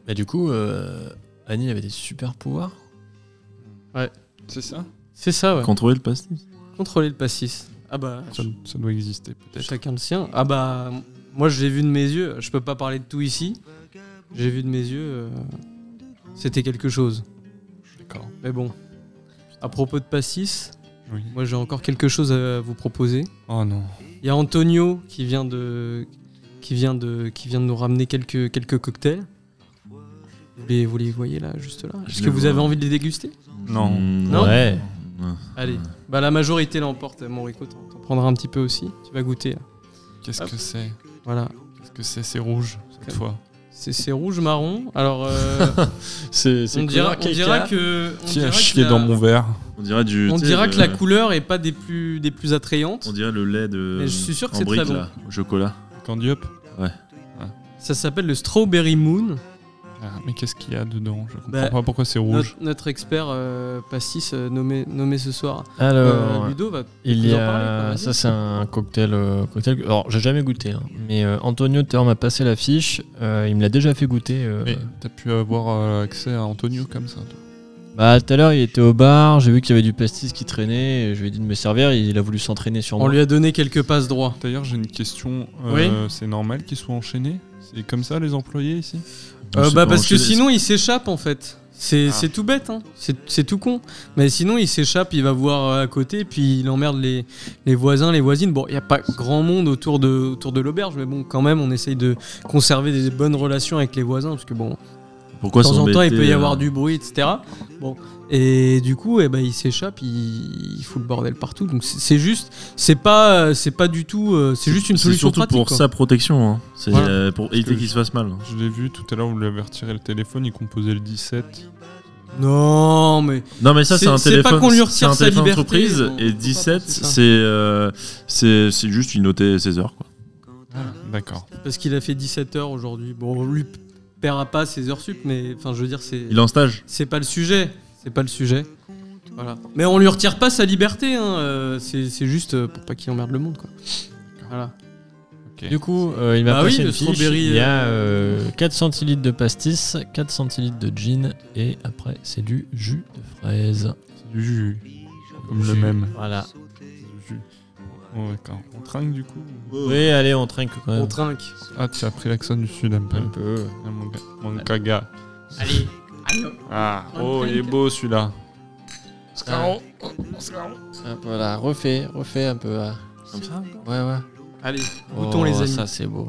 S6: Bah, du coup, euh, Annie avait des super pouvoirs.
S5: C'est ça
S3: C'est ça, ouais.
S4: Contrôler le pastis.
S3: Contrôler le passis. Ah bah,
S5: ça, ça doit exister peut-être.
S3: chacun le sien. Ah bah, moi je l'ai vu de mes yeux. Je peux pas parler de tout ici. J'ai vu de mes yeux. euh, C'était quelque chose.
S5: D'accord.
S3: Mais bon. À propos de passis,
S5: Oui.
S3: moi j'ai encore quelque chose à vous proposer.
S5: Oh non.
S3: Il y a Antonio qui vient de qui vient de qui vient de nous ramener quelques quelques cocktails. Vous les, vous les voyez là, juste là.
S4: Je
S3: Est-ce
S4: les
S3: que vous
S4: vois.
S3: avez envie de les déguster
S5: Non.
S4: Non.
S6: Ouais.
S4: Hmm. Ouais.
S3: Allez, bah la majorité l'emporte. Mon Rico, t'en t'en prendras un petit peu aussi. Tu vas goûter. là.
S5: Qu'est-ce
S3: Hop.
S5: que c'est
S3: Voilà.
S5: Qu'est-ce que c'est C'est rouge cette
S3: Comme-
S5: fois.
S3: C'est c'est rouge marron. Alors euh,
S6: C'est
S3: on dira on dira que on
S5: Qui
S3: dira
S5: a
S3: que
S5: chié
S3: la-
S5: dans mon verre
S4: On dirait du.
S3: on
S4: tu sais,
S3: dira que
S4: le-
S3: la couleur est pas des plus des plus attrayantes.
S4: On dirait le lait de.
S3: Mais je suis sûr que
S4: en
S3: c'est très
S4: brique,
S3: bon.
S4: là, au chocolat.
S5: Candy Up
S3: Ça s'appelle le strawberry moon.
S5: Ah, Mais qu'est-ce qu'il y a dedans Je comprends
S3: Bah,
S5: pas pourquoi c'est rouge.
S3: Notre, notre expert euh, pastis euh, nommé nommé ce soir.
S6: Alors,
S3: Euh, Ludo va
S6: il y
S3: vous en
S6: a.
S3: parlez, quoi, vas-y.
S6: ça, c'est un cocktail. euh, cocktail que- alors, j'ai jamais goûté, hein, mais euh, Antonio Terre m'a passé la fiche. euh, il me l'a déjà fait goûter. euh,
S5: Mais t'as pu avoir euh, accès à Antonio comme ça toi
S6: Bah, tout à l'heure, il était au bar. J'ai vu qu'il y avait du pastis qui traînait. et je lui ai dit de me servir. Il a voulu s'entraîner sur
S3: On
S6: moi.
S3: lui a donné quelques passes droits.
S5: D'ailleurs, j'ai une question. euh, C'est normal qu'ils soient enchaînés C'est comme ça les employés ici
S3: Euh,
S4: C'est
S3: bah
S4: pas
S3: parce que
S4: enchaîné,
S3: sinon il s'échappe en fait. C'est
S5: Ah.
S3: c'est tout bête, hein. c'est c'est tout con. Mais sinon il s'échappe, il va voir euh, à côté, puis il emmerde les, les voisins, les voisines. Bon, il n'y a pas grand monde autour de, autour de l'auberge, mais bon, quand même, on essaye de conserver des bonnes relations avec les voisins, parce que bon,
S4: c'est- Pourquoi
S3: de temps en temps il
S4: s'embêter,
S3: peut y
S4: euh,
S3: avoir du bruit, etc. Bon, et du coup, eh ben, il s'échappe, il, il fout le bordel partout. Donc c'est- c'est juste, c'est pas, euh, c'est pas du tout, euh, c'est juste une
S4: C'est
S3: solution
S4: surtout
S3: pratique.
S4: pour
S3: quoi.
S4: sa protection. hein. C'est
S3: Voilà.
S4: euh, pour éviter
S5: que
S4: qu'il
S5: je-
S4: se fasse mal.
S5: Je l'ai vu tout à l'heure, vous lui avez retiré le téléphone, il composait le 17.
S3: Non, mais
S4: Non, mais ça, c'est
S3: C'est-
S4: un
S3: c'est
S4: téléphone.
S3: pas qu'on lui
S4: c'est
S3: retire
S4: un
S3: sa
S4: téléphone
S3: liberté,
S4: entreprise.
S3: on-
S4: Et
S3: on peut pas
S4: 17,
S3: penser ça.
S4: c'est euh, c'est c'est
S5: Ah.
S4: juste, il notait ses heures. Quoi.
S5: D'accord.
S3: Parce qu'il a fait 17h aujourd'hui. Bon, lui, paiera pas ses heures sup, mais enfin, je veux dire, c'est
S4: Il est en stage
S3: c'est pas le sujet. C'est pas le sujet. Voilà. Mais on lui retire pas sa liberté. Hein. euh, C'est c'est juste euh, pour pas qu'il emmerde le monde, quoi. Voilà.
S6: Du coup, euh, il m'a
S3: Bah
S6: passé
S3: oui,
S6: une
S3: le
S6: fiche.
S3: strawberry,
S6: Il y a
S3: euh,
S6: euh, 4 centilitres de pastis, 4 centilitres de gin et après c'est du jus de fraise.
S5: C'est du jus. Comme le
S6: Jus.
S5: même.
S6: Voilà.
S5: Du jus. Oh, d'accord. On trinque du coup
S6: Oui, allez, on trinque quand même.
S3: On trinque.
S5: Ah, tu as pris l'accent du sud un peu.
S6: un peu.
S5: Ah, Mon, gars- mon caga.
S3: Allez.
S5: Ah,
S3: On
S5: oh, il est
S3: trinque.
S5: beau celui-là.
S6: Scarron.
S9: Voilà, refais, refais un peu. hein.
S4: Comme ça
S9: Ouais, ouais.
S3: Allez. Goûtons, les amis.
S6: Ça, c'est beau.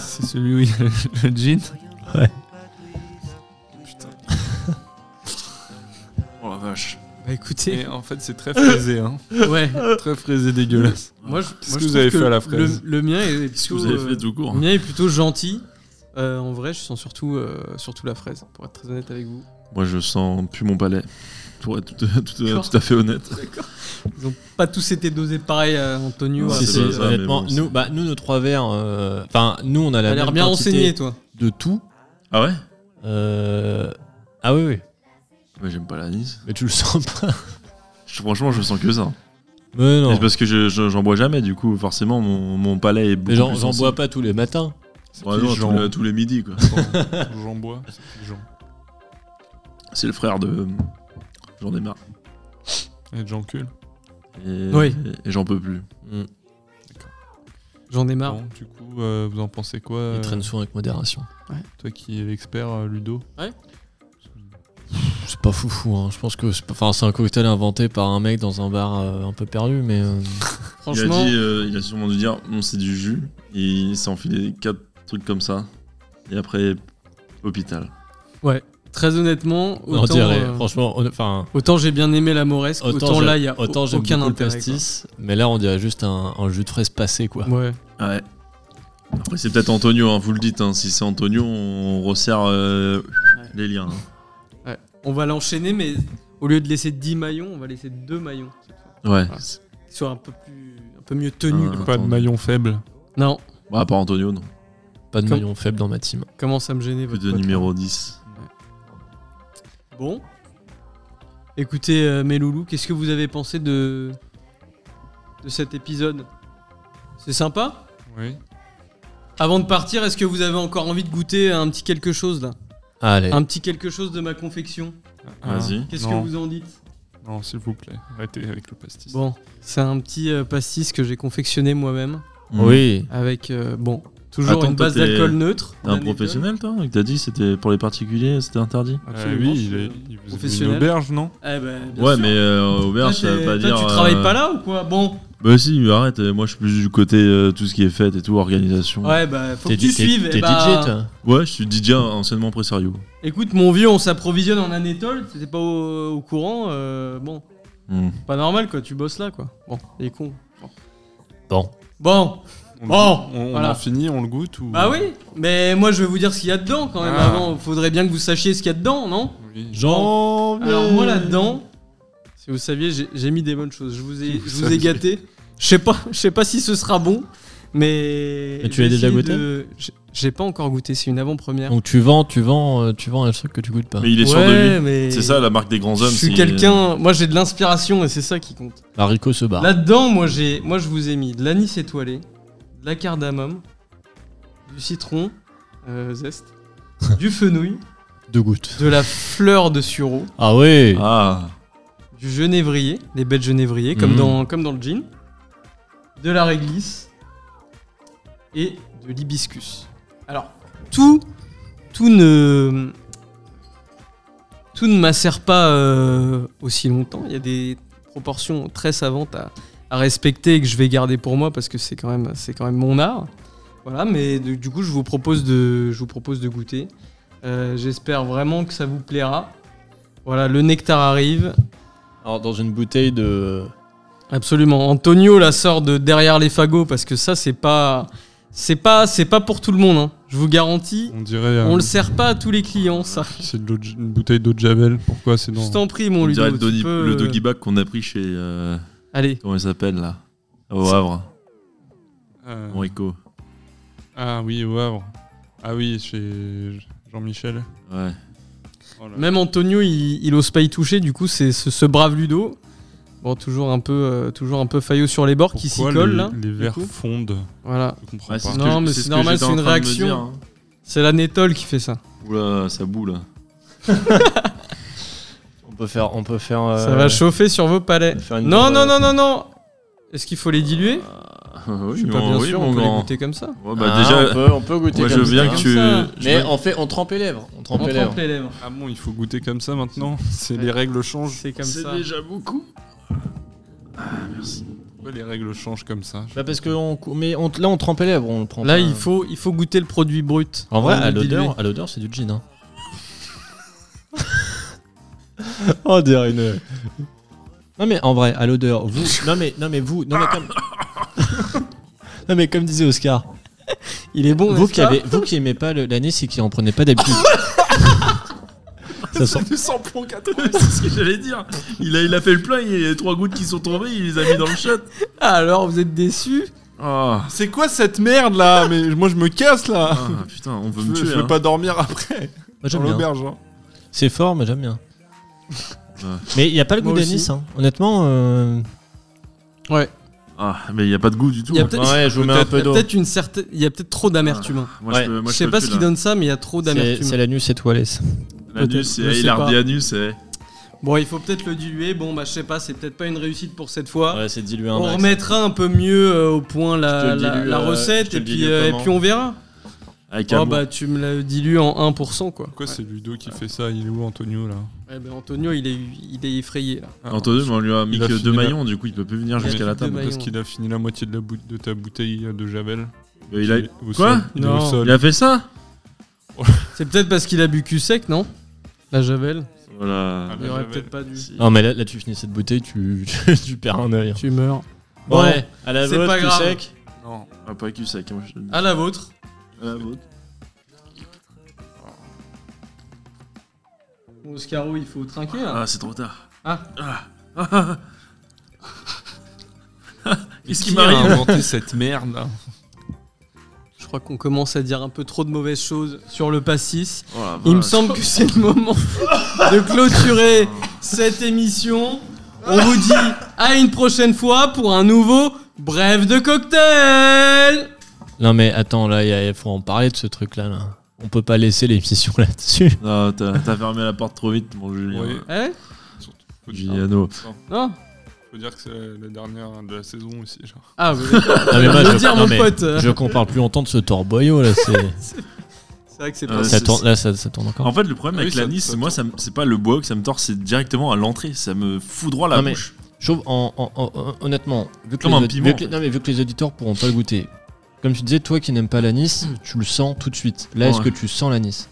S5: C'est celui où il y a le, le jean.
S4: Oh la vache.
S3: Bah écoutez.
S5: Et en fait, c'est très fraisé, hein.
S3: Ouais.
S5: Très fraisé, dégueulasse.
S3: Moi, je, moi,
S5: Qu'est-ce que
S3: je
S5: vous
S3: trouve
S5: avez fait à la fraise
S3: le, le mien est
S4: Qu'est-ce que
S3: plutôt,
S4: vous avez
S3: euh,
S4: fait tout court hein.
S3: le mien est plutôt gentil. Euh, en vrai, je sens surtout, euh, surtout la fraise, pour être très honnête avec vous.
S4: Moi, je sens plus mon palais. Pour être tout, tout-
S3: D'accord.
S4: tout à fait honnête.
S3: Ils ont pas tous été dosés pareil, euh, Antonio.
S4: Ouais,
S6: Si,
S4: c'est
S6: si,
S4: pas ça, mais
S6: honnêtement,
S4: bon, c'est-
S6: nous, bah, nous, nos trois verres, euh, enfin, nous, on a la
S3: T'as l'air
S6: même
S3: bien
S6: quantité
S3: renseigné, toi.
S6: de tout.
S4: Ah ouais
S6: Euh, Ah oui, oui,
S4: Ouais, j'aime pas l'anis.
S6: mais tu le sens pas.
S4: Je- Franchement, je sens que ça.
S6: Mais non,
S4: Mais C'est parce que je- je- j'en bois jamais, du coup, forcément, mon, mon palais est beaucoup
S6: mais genre,
S4: plus
S6: j'en
S4: sensible.
S6: bois pas tous les matins.
S4: Ouais,
S5: Petit
S4: non, tous,
S5: Jean.
S4: les, tous les midis, quoi.
S5: J'en bois. c'est petit Jean.
S4: C'est le frère de euh, J'en ai marre.
S5: Et Jean cul.
S4: Et,
S3: Oui.
S4: et j'en peux plus.
S3: J'en ai marre.
S5: Bon, du coup, euh, vous en pensez quoi
S6: Il
S5: euh,
S6: traîne souvent avec modération.
S5: Toi qui es l'expert, euh, Ludo.
S3: Ah,
S6: Pff, C'est pas foufou, hein. je pense que c'est pas- enfin, c'est un cocktail inventé par un mec dans un bar euh, un peu perdu, mais euh,
S4: Il a,
S3: Franchement,
S4: dit, euh, il a sûrement dû dire Bon, c'est du jus. Et il s'est enfilé quatre trucs comme ça. Et après, hôpital.
S3: très honnêtement,
S6: on
S3: autant,
S6: dirait,
S3: euh,
S6: franchement, on- enfin,
S3: autant j'ai bien aimé la mauresque, autant,
S6: autant, j'aime-
S3: là, il y a
S6: autant
S3: au-
S6: j'aime
S3: aucun
S6: beaucoup le
S3: intérêt.
S6: pastis, mais là, on dirait juste un, un jus de fraise passé, quoi.
S3: quoi. Ouais.
S4: Ouais. Après, c'est peut-être Antonio, hein, vous le dites. hein. Si c'est Antonio, on resserre euh, les liens. hein.
S3: On va l'enchaîner, mais au lieu de laisser 10 maillons, on va laisser 2 maillons.
S4: Ouais.
S3: Ah. Qui soient un peu, plus, un peu mieux tenus.
S4: Ah.
S3: quoi.
S5: Pas de
S4: Attends.
S5: maillon faible.
S3: Non,
S4: Bah, pas Antonio, non.
S6: Pas de
S3: Comme-
S6: maillon faible dans ma team.
S3: commence à me gêner.
S4: Que
S3: votre
S4: de
S3: pote.
S4: numéro 10.
S3: Bon. Écoutez, euh, mes loulous, qu'est-ce que vous avez pensé de, de cet épisode C'est sympa
S5: Oui.
S3: Avant de partir, est-ce que vous avez encore envie de goûter un petit quelque chose là
S6: Allez,
S3: Un petit quelque chose de ma confection Ah.
S4: Vas-y.
S3: Qu'est-ce que
S5: Non.
S3: vous en dites
S5: Non, s'il vous plaît. Arrêtez avec le pastis.
S3: Bon, c'est un petit euh, pastis que j'ai confectionné moi-même
S4: Mmh.
S6: oui.
S3: avec, euh, bon, toujours
S4: Attends,
S3: une
S4: toi,
S3: base
S4: t'es-
S3: d'alcool neutre.
S4: T'es un
S3: d'anethone.
S4: professionnel, toi que T'as dit que c'était pour les particuliers, c'était interdit
S5: Euh,
S3: Absolument.
S5: oui, il, est, il vous a mis
S3: Professionnel.
S5: une auberge, non
S3: Eh ben, bien
S4: Ouais,
S3: sûr.
S4: mais euh,
S3: Toi,
S4: auberge, ça
S3: t'es-
S4: veut pas
S3: toi,
S4: dire.
S3: tu travailles
S4: euh,
S3: pas là ou quoi Bon,
S4: Bah si, mais arrête, euh, moi je suis plus du côté euh, tout ce qui est fête et tout, organisation.
S3: ouais, bah, faut que
S6: T'es
S3: tu
S6: di- t'es-
S3: suives. eh
S6: t'es
S3: bah,
S6: DJ, toi
S4: Ouais, je suis DJ anciennement presario.
S3: Écoute, mon vieux, on s'approvisionne en anétole, t'étais pas au, au courant, euh, bon,
S4: Hmm.
S3: pas normal quoi, tu bosses là quoi. Bon, il est con.
S6: Bon.
S3: Bon,
S5: on,
S3: Bon,
S5: on- on
S3: Oh voilà.
S5: en finit, on le goûte ou...
S3: bah oui, mais moi je vais vous dire ce qu'il y a dedans quand même
S5: Ah.
S3: avant, faudrait bien que vous sachiez ce qu'il y a dedans, non
S5: Oui.
S6: Jean.
S3: Alors moi là-dedans, si vous saviez, j'ai- j'ai mis des bonnes choses, je vous ai, je vous ai gâté. Je sais pas, je sais pas si ce sera bon, mais...
S6: Mais tu l'as
S3: j'ai
S6: déjà
S3: essayé
S6: goûté
S3: de- j'ai- J'ai pas encore goûté, c'est une avant-première.
S6: Donc tu vends, tu vends, euh, tu vends un truc que tu goûtes pas.
S4: Mais il est sûr de
S3: Ouais,
S4: lui.
S3: mais
S4: C'est ça la marque des grands
S3: Je
S4: hommes.
S3: suis
S4: c'est- euh,
S3: quelqu'un, moi j'ai de l'inspiration et c'est ça qui compte.
S6: Marico Bah, se
S4: Ah.
S6: barre.
S3: Là-dedans, moi, j'ai, moi, je vous ai mis de l'anis étoilé, de la cardamome, du citron euh, zeste, du fenouil,
S6: Deux gouttes.
S3: de la fleur de sureau,
S6: Ah oui.
S4: Ah,
S3: du genévrier, des bêtes genévriers, comme,
S6: Mhm.
S3: dans, comme dans le gin, de la réglisse et de l'hibiscus. Alors, tout, tout ne. Tout ne macère pas euh, aussi longtemps. Il y a des proportions très savantes à, à respecter et que je vais garder pour moi parce que c'est quand même, c'est quand même mon art. Voilà, mais du du coup, je vous propose de, je vous propose de goûter. Euh, J'espère vraiment que ça vous plaira. Voilà, le nectar arrive.
S6: Alors dans une bouteille de.
S3: Absolument. Antonio la sort de derrière les fagots parce que ça c'est pas c'est pas c'est pas pour tout le monde. hein. Je vous garantis.
S5: On dirait... euh,
S3: On le sert pas à tous les clients ça.
S5: C'est de l'eau de- une bouteille d'eau de Javel. Pourquoi c'est dans...
S3: Je t'en prie
S4: on
S3: mon Ludo.
S4: dirait le,
S3: tu
S4: doggy-
S3: peux,
S4: le
S3: euh,
S4: doggy bag qu'on a pris chez. euh,
S3: Allez.
S4: comment il s'appelle là Au Havre.
S5: Euh,
S4: Enrico.
S5: Ah oui, au Havre. Ah oui, chez Jean-Michel.
S4: Ouais.
S5: Oh là là.
S3: Même Antonio, il, il ose pas y toucher. Du coup, c'est ce, ce brave Ludo. Bon, toujours un peu, euh, toujours un peu faillot sur les bords qui s'y
S5: Pourquoi
S3: colle
S5: les,
S3: là.
S5: Les
S3: du
S5: verts
S3: coup
S5: fondent.
S3: Voilà.
S5: Je comprends
S4: Ouais, c'est
S5: pas.
S4: ce
S3: Non,
S4: que-
S3: mais c'est
S4: ce que
S3: normal,
S4: j'étais
S3: c'est une
S4: en train de me
S3: réaction.
S4: dire, hein.
S3: C'est la Nétole qui fait ça.
S4: Oula, ça boue là.
S6: On peut faire. On peut faire euh,
S3: Ça va chauffer sur vos palais.
S6: Faire une
S3: Non,
S6: bonne-
S3: non, non, non, non. Est-ce qu'il faut les diluer
S4: Ah oui,
S3: Je suis pas
S4: mon-
S3: bien
S4: oui,
S3: sûr.
S4: mon
S3: On peut les
S4: grand.
S3: goûter comme ça.
S4: Ouais, bah,
S6: Ah,
S4: déjà,
S6: on peut, on peut goûter
S4: moi je
S6: comme
S4: veux bien
S6: ça.
S3: Comme
S4: que tu.
S3: ça.
S4: je
S6: Mais
S4: veux-
S6: on, fait, on trempe les lèvres. On trempe
S3: On
S6: les lèvres.
S3: trempe les lèvres.
S5: Ah bon, il faut goûter comme ça maintenant C'est Les règles changent.
S3: C'est comme ça.
S4: beaucoup.
S5: Pourquoi les règles changent comme ça
S6: Bah parce que on, cou- mais on, là on trempe les lèvres, on le prend.
S3: Là,
S6: pas-
S3: il faut, il faut goûter le produit brut.
S6: En vrai,
S3: Avant de
S6: à
S3: le diluer.
S6: l'odeur, à l'odeur, c'est du gin. Hein. oh, dire une. Non mais en vrai, à l'odeur, vous. Non mais, non mais vous, non mais comme. non mais comme disait Oscar,
S3: Il est bon.
S6: vous
S3: n'est-ce
S6: qui
S3: pas
S6: avez, vous qui aimez pas le- l'année, c'est qui en prenez pas d'habitude. Ça sent.
S4: Du samplon 80, c'est ce que j'allais dire. Il a, il a fait le plein, il y a les trois gouttes qui sont tombées, il les a mis dans le shot.
S3: Ah, alors, vous êtes déçus
S4: Ah,
S5: C'est quoi cette merde là Mais moi je me casse là
S4: ah, putain, on veut
S5: Je
S4: me tuer.
S5: je vais
S4: hein.
S5: pas dormir après
S6: Moi
S5: dans
S6: j'aime bien.
S5: l'auberge. hein.
S6: C'est fort, mais j'aime bien.
S4: Ouais.
S6: mais il y a pas le
S3: Moi
S6: goût
S3: aussi.
S6: d'anis, hein. honnêtement. euh,
S4: Ah, mais il n'y a pas de goût du tout.
S3: Il y a
S4: hein.
S3: peut-être-
S6: Ouais, je vous mets un
S3: Il y
S6: peu
S3: a
S6: d'eau.
S3: peut-être une certaine, il y a peut-être trop d'amertume. hein.
S4: Moi,
S6: Ouais.
S4: je, peux- moi,
S3: je sais
S4: peux
S3: pas
S4: le
S3: ce
S4: tuer,
S3: qui
S4: là.
S3: donne ça, mais il y a trop
S6: C'est c'est
S3: d'amertume.
S6: l'anus étoilé. ça.
S4: L'anus,
S3: Je
S4: c'est
S3: sais
S4: il
S3: pas. Oh,
S4: a anus, c'est.
S3: Bon, il faut peut-être le diluer. Bon, bah, je sais pas, c'est peut-être pas une réussite pour cette fois.
S6: Ouais, c'est dilué un
S3: on
S6: max.
S3: remettra un peu mieux euh, au point la,
S6: Je te le
S3: la-
S6: dilue,
S3: la
S6: euh, je
S3: recette
S6: te
S3: et
S6: le
S3: puis,
S6: dilue
S3: euh, et
S6: comment
S3: puis on verra.
S4: Avec
S3: Oh,
S4: amour.
S3: bah, tu me la dilues en 1%, quoi.
S5: Pourquoi c'est Ludo qui fait ça Il est où Antonio là
S3: Ouais, bah, Antonio, il est, il est effrayé là.
S4: Antonio, mais on lui a mis
S5: Il a
S4: que
S5: fini
S4: deux
S5: la-
S4: maillons, du coup, il peut plus venir jusqu'à la
S3: deux
S4: table.
S3: maillons.
S5: Parce qu'il a fini la moitié de, la bou- de ta bouteille de Javel.
S4: Euh, Il a...
S5: Il est au
S4: Quoi
S5: sol. Il est au
S3: Non.
S5: sol.
S4: il a fait ça
S3: C'est peut-être parce qu'il a bu cul sec, non La Javel
S4: Voilà.
S5: Ah,
S3: Il
S5: la
S3: aurait
S5: Javel.
S3: peut-être pas dû.
S4: Ah,
S6: Non, mais là, là, tu finis cette bouteille, tu, tu perds un œil.
S3: Tu meurs.
S6: ouais, à la
S3: c'est
S6: vôtre,
S3: pas
S6: cul
S3: grave.
S6: sec.
S5: Non.
S4: Ah, bah, pas cul sec, moi je te le dis.
S3: À la vôtre.
S4: À la vôtre.
S3: Bon, Oscaro, il faut trinquer là.
S4: Ah, c'est trop tard.
S3: Ah.
S4: Ah. Ah, ah, ah. Qu'est-ce qui
S5: Qui a
S4: m'arrive
S5: inventé cette merde là
S3: Je crois qu'on commence à dire un peu trop de mauvaises choses sur le passis.
S4: Oh la
S3: Il me
S4: vache.
S3: semble que c'est le moment de clôturer cette émission. On vous dit à une prochaine fois pour un nouveau Bref de cocktail
S6: Non, mais attends, là, il y a- il faut en parler de ce truc-là. Là. On peut pas laisser l'émission là-dessus.
S4: Non, t'as t'as fermé la porte trop vite, mon Julien.
S5: Oui.
S3: Eh
S5: Faut dire,
S4: Giuliano.
S3: Non
S5: faut dire que c'est la dernière de la saison aussi. Genre.
S3: Ah, vous voulez
S6: Non, mais moi,
S3: me
S6: je-
S3: dire,
S6: non,
S3: mon
S6: mais
S3: pote euh,
S6: Je veux qu'on parle plus longtemps de ce torboyau là. c'est-
S3: C'est vrai que c'est
S4: Euh,
S3: pas
S4: c'est-
S6: ça tourne, là, ça, ça tourne encore.
S4: En fait, le problème
S5: Ah
S4: avec
S5: oui, ça-
S4: l'anis,
S5: ça
S4: c'est moi, ça me- c'est pas le bois que ça me tord, c'est directement à l'entrée. Ça me fout droit la
S6: Non, mais-
S4: bouche.
S6: Je trouve, en- en- en- honnêtement, vu que,
S4: Comme un
S6: les, aud-
S4: piment,
S6: vu
S4: en
S6: que-
S4: fait.
S6: non, mais vu que les auditeurs pourront pas le goûter, comme tu disais, toi qui n'aimes pas l'anis,
S3: Hmm.
S6: tu le sens tout de suite. Là, est-ce
S4: Ouais.
S6: que tu sens l'anis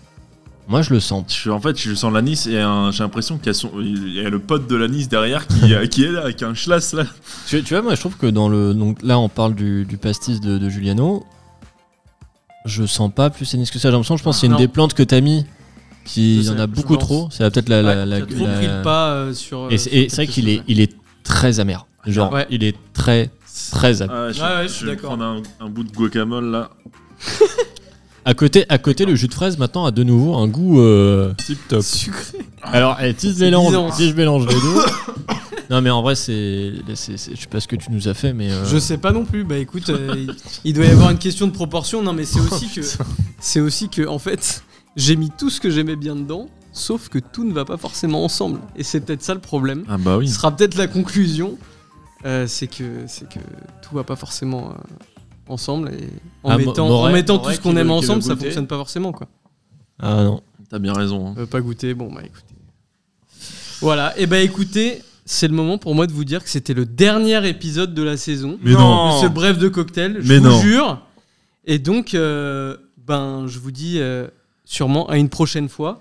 S6: Moi, je le sens.
S4: Je- en fait, je sens l'anis et un- j'ai l'impression qu'il y, a son- il y a le pote de l'anis derrière qui, euh, qui est là, avec un schlass là.
S6: Tu, tu vois, moi je trouve que dans le. Donc là, on parle du, du pastis de, de Giuliano. Je sens pas plus anis que ça. J'ai l'impression, je pense que c'est une
S3: Non.
S6: des plantes que t'as mis. Qui
S3: Je
S6: il y en
S3: sais,
S6: a
S3: je
S6: beaucoup
S3: pense.
S6: trop. C'est peut-être la. la,
S3: Ouais,
S6: la-
S3: t'as trop
S6: la-
S3: pris le pas euh, sur. euh,
S6: Et
S3: sur
S6: c'est et c'est vrai
S3: quelque
S6: qu'il
S3: chose,
S6: est, il est très amer. Genre,
S3: Ouais.
S6: il est très, très amer.
S4: Ah, je,
S3: Ouais, ouais, je suis
S4: vais
S3: d'accord.
S4: prendre un, un bout de guacamole là.
S6: À côté, à côté le jus de fraise maintenant a de nouveau un goût. euh,
S5: Tip top.
S3: Sucré.
S6: Alors, eh, si, je
S3: C'est hein.
S6: mélange,
S3: bizarre.
S6: si je mélange les deux. non, mais en vrai, c'est. c'est- c'est- Je sais pas ce que tu nous as fait, mais. euh,
S3: Je sais pas non plus. Bah écoute, euh, il- il doit y avoir une question de proportion. Non, mais c'est aussi que. C'est aussi que, en fait, j'ai mis tout ce que j'aimais bien dedans, sauf que tout ne va pas forcément ensemble. Et c'est peut-être ça le problème.
S4: Ah bah
S3: Ce sera peut-être la conclusion. Euh, c'est que c'est que tout va pas forcément euh, ensemble et en
S6: Ah, Mo-
S3: mettant,
S6: Moret-
S3: en mettant
S9: Moret
S3: tout ce qu'on
S9: qui
S3: aime
S9: veut- qui
S3: ensemble,
S9: veut
S3: ça
S9: goûter.
S3: fonctionne pas forcément quoi.
S6: Ah non.
S4: T'as bien raison. hein.
S3: Euh, pas goûter, bon bah écoutez. Voilà, et bah écoutez, c'est le moment pour moi de vous dire que c'était le dernier épisode de la saison.
S4: Mais non.
S3: De ce bref de cocktail, je
S4: Oh. Mais
S3: vous
S4: non.
S3: jure. Et donc, euh, ben je vous dis euh, sûrement à une prochaine fois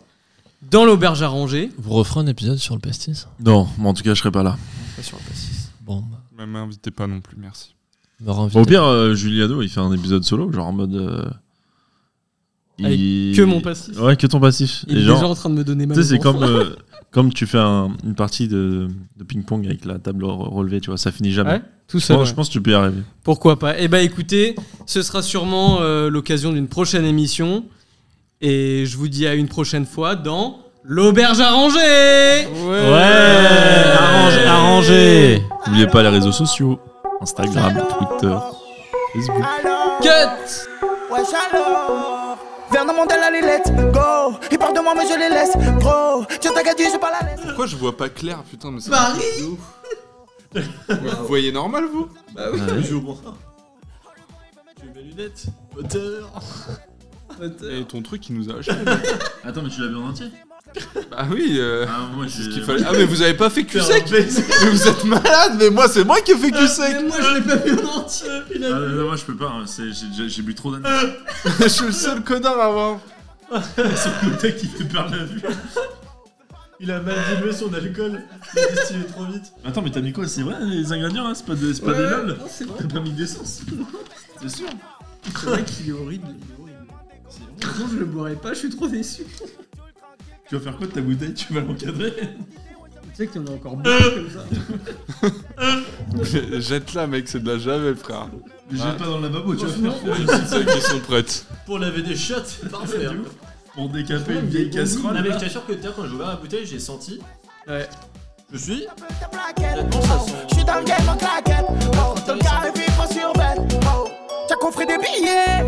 S3: dans l'auberge à ranger.
S6: Vous referez un épisode sur le pastis
S4: Non, mais en tout cas, je serai pas là.
S3: Pas sur la pastis.
S6: Bon, bah,
S5: Même invité pas non plus, merci.
S6: me réinvitez.
S4: Au pire, euh, Giuliano, il fait un épisode solo, genre en mode. euh,
S3: Avec
S4: il-
S3: Que mon pastis.
S4: Ouais, que ton passif.
S3: Il
S4: Et
S3: est
S4: genre,
S3: déjà en train de me donner ma
S4: tu sais, c'est comme. euh, Comme tu fais un- une partie de, de ping-pong avec la table re- relevée, tu vois, ça finit jamais.
S3: Ouais, tout
S4: Je
S3: seul.
S4: pense-
S3: ouais.
S4: je pense que tu peux y arriver.
S3: Pourquoi pas Eh ben écoutez, ce sera sûrement euh, l'occasion d'une prochaine émission. Et je vous dis à une prochaine fois dans l'auberge arrangée
S9: Ouais,
S6: arrange- arrangé.
S4: N'oubliez pas les réseaux sociaux Instagram, Twitter, Facebook.
S3: Cut
S10: Wesh alors Vernon Mandela les let's go Ils parlent de moi mais je les laisse Gros Tiens t'as qu'à dire j'ai pas la laisse
S8: Pourquoi je vois pas clair, putain, mais c'est
S3: Marie
S8: un truc de ouf. Vous voyez normal, vous Et ton truc, il nous a acheté.
S4: Attends, mais tu l'as bien en entier
S8: Ah oui, euh,
S4: Ah, moi,
S8: c'est ce qu'il fallait. Ah, mais vous avez pas fait cul sec Mais vous êtes malade, mais moi, c'est moi qui ai fait
S3: Ah,
S8: cul sec
S3: moi je l'ai pas vu en entier
S4: Ah, moi, je peux pas, hein, c'est- j'ai- j'ai j'ai bu trop d'années.
S8: Je suis le seul connard à avoir.
S4: Son côté qui fait perdre la vue.
S9: Il a mal dilué son alcool. Il a distillé trop vite.
S4: Attends, mais t'as mis quoi C'est vrai, les ingrédients, hein, c'est pas, de, c'est pas des lol T'as pas mis d'essence C'est sûr
S3: C'est vrai qu'il est horrible, il est horrible. Sinon je le boirais pas, je suis trop déçu.
S4: Tu vas faire quoi de ta bouteille Tu vas l'encadrer
S3: Tu sais qu'il y en a encore beaucoup comme ça.
S8: Jette-la, mec, c'est de la javel, frère.
S4: Mais
S8: Ah.
S4: jette pas dans la babo, tu vas faire
S8: Les petites sœurs qui sont prêtes.
S9: Pour laver des shots, parfait. hein.
S4: pour décaper une vieille casserole.
S9: Non, mais je t'assure que tout à l'heure, quand j'ai ouvert la bouteille, j'ai senti.
S3: Ouais.
S9: Je me suis dit,
S10: Je suis dans le game en claquette Oh Dans le carré vif en survêt Oh T'as coffré des billets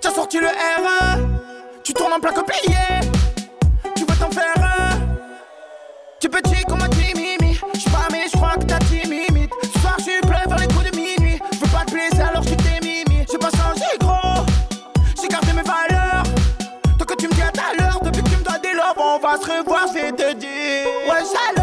S10: T'as sorti le R1 Tu tournes en plein copier Tu veux t'en faire un Tu petit comme un timimi J'suis pas mais j'crois que t'as t'y limite Ce soir j'suis plein vers les coups de minuit J'veux pas te blesser alors j'suis tes mimi J'ai pas changé gros J'ai gardé mes valeurs Tant que tu me dis à ta l'heure Depuis que tu me dois des lobes On va se revoir je vais te dire Ouais j'allais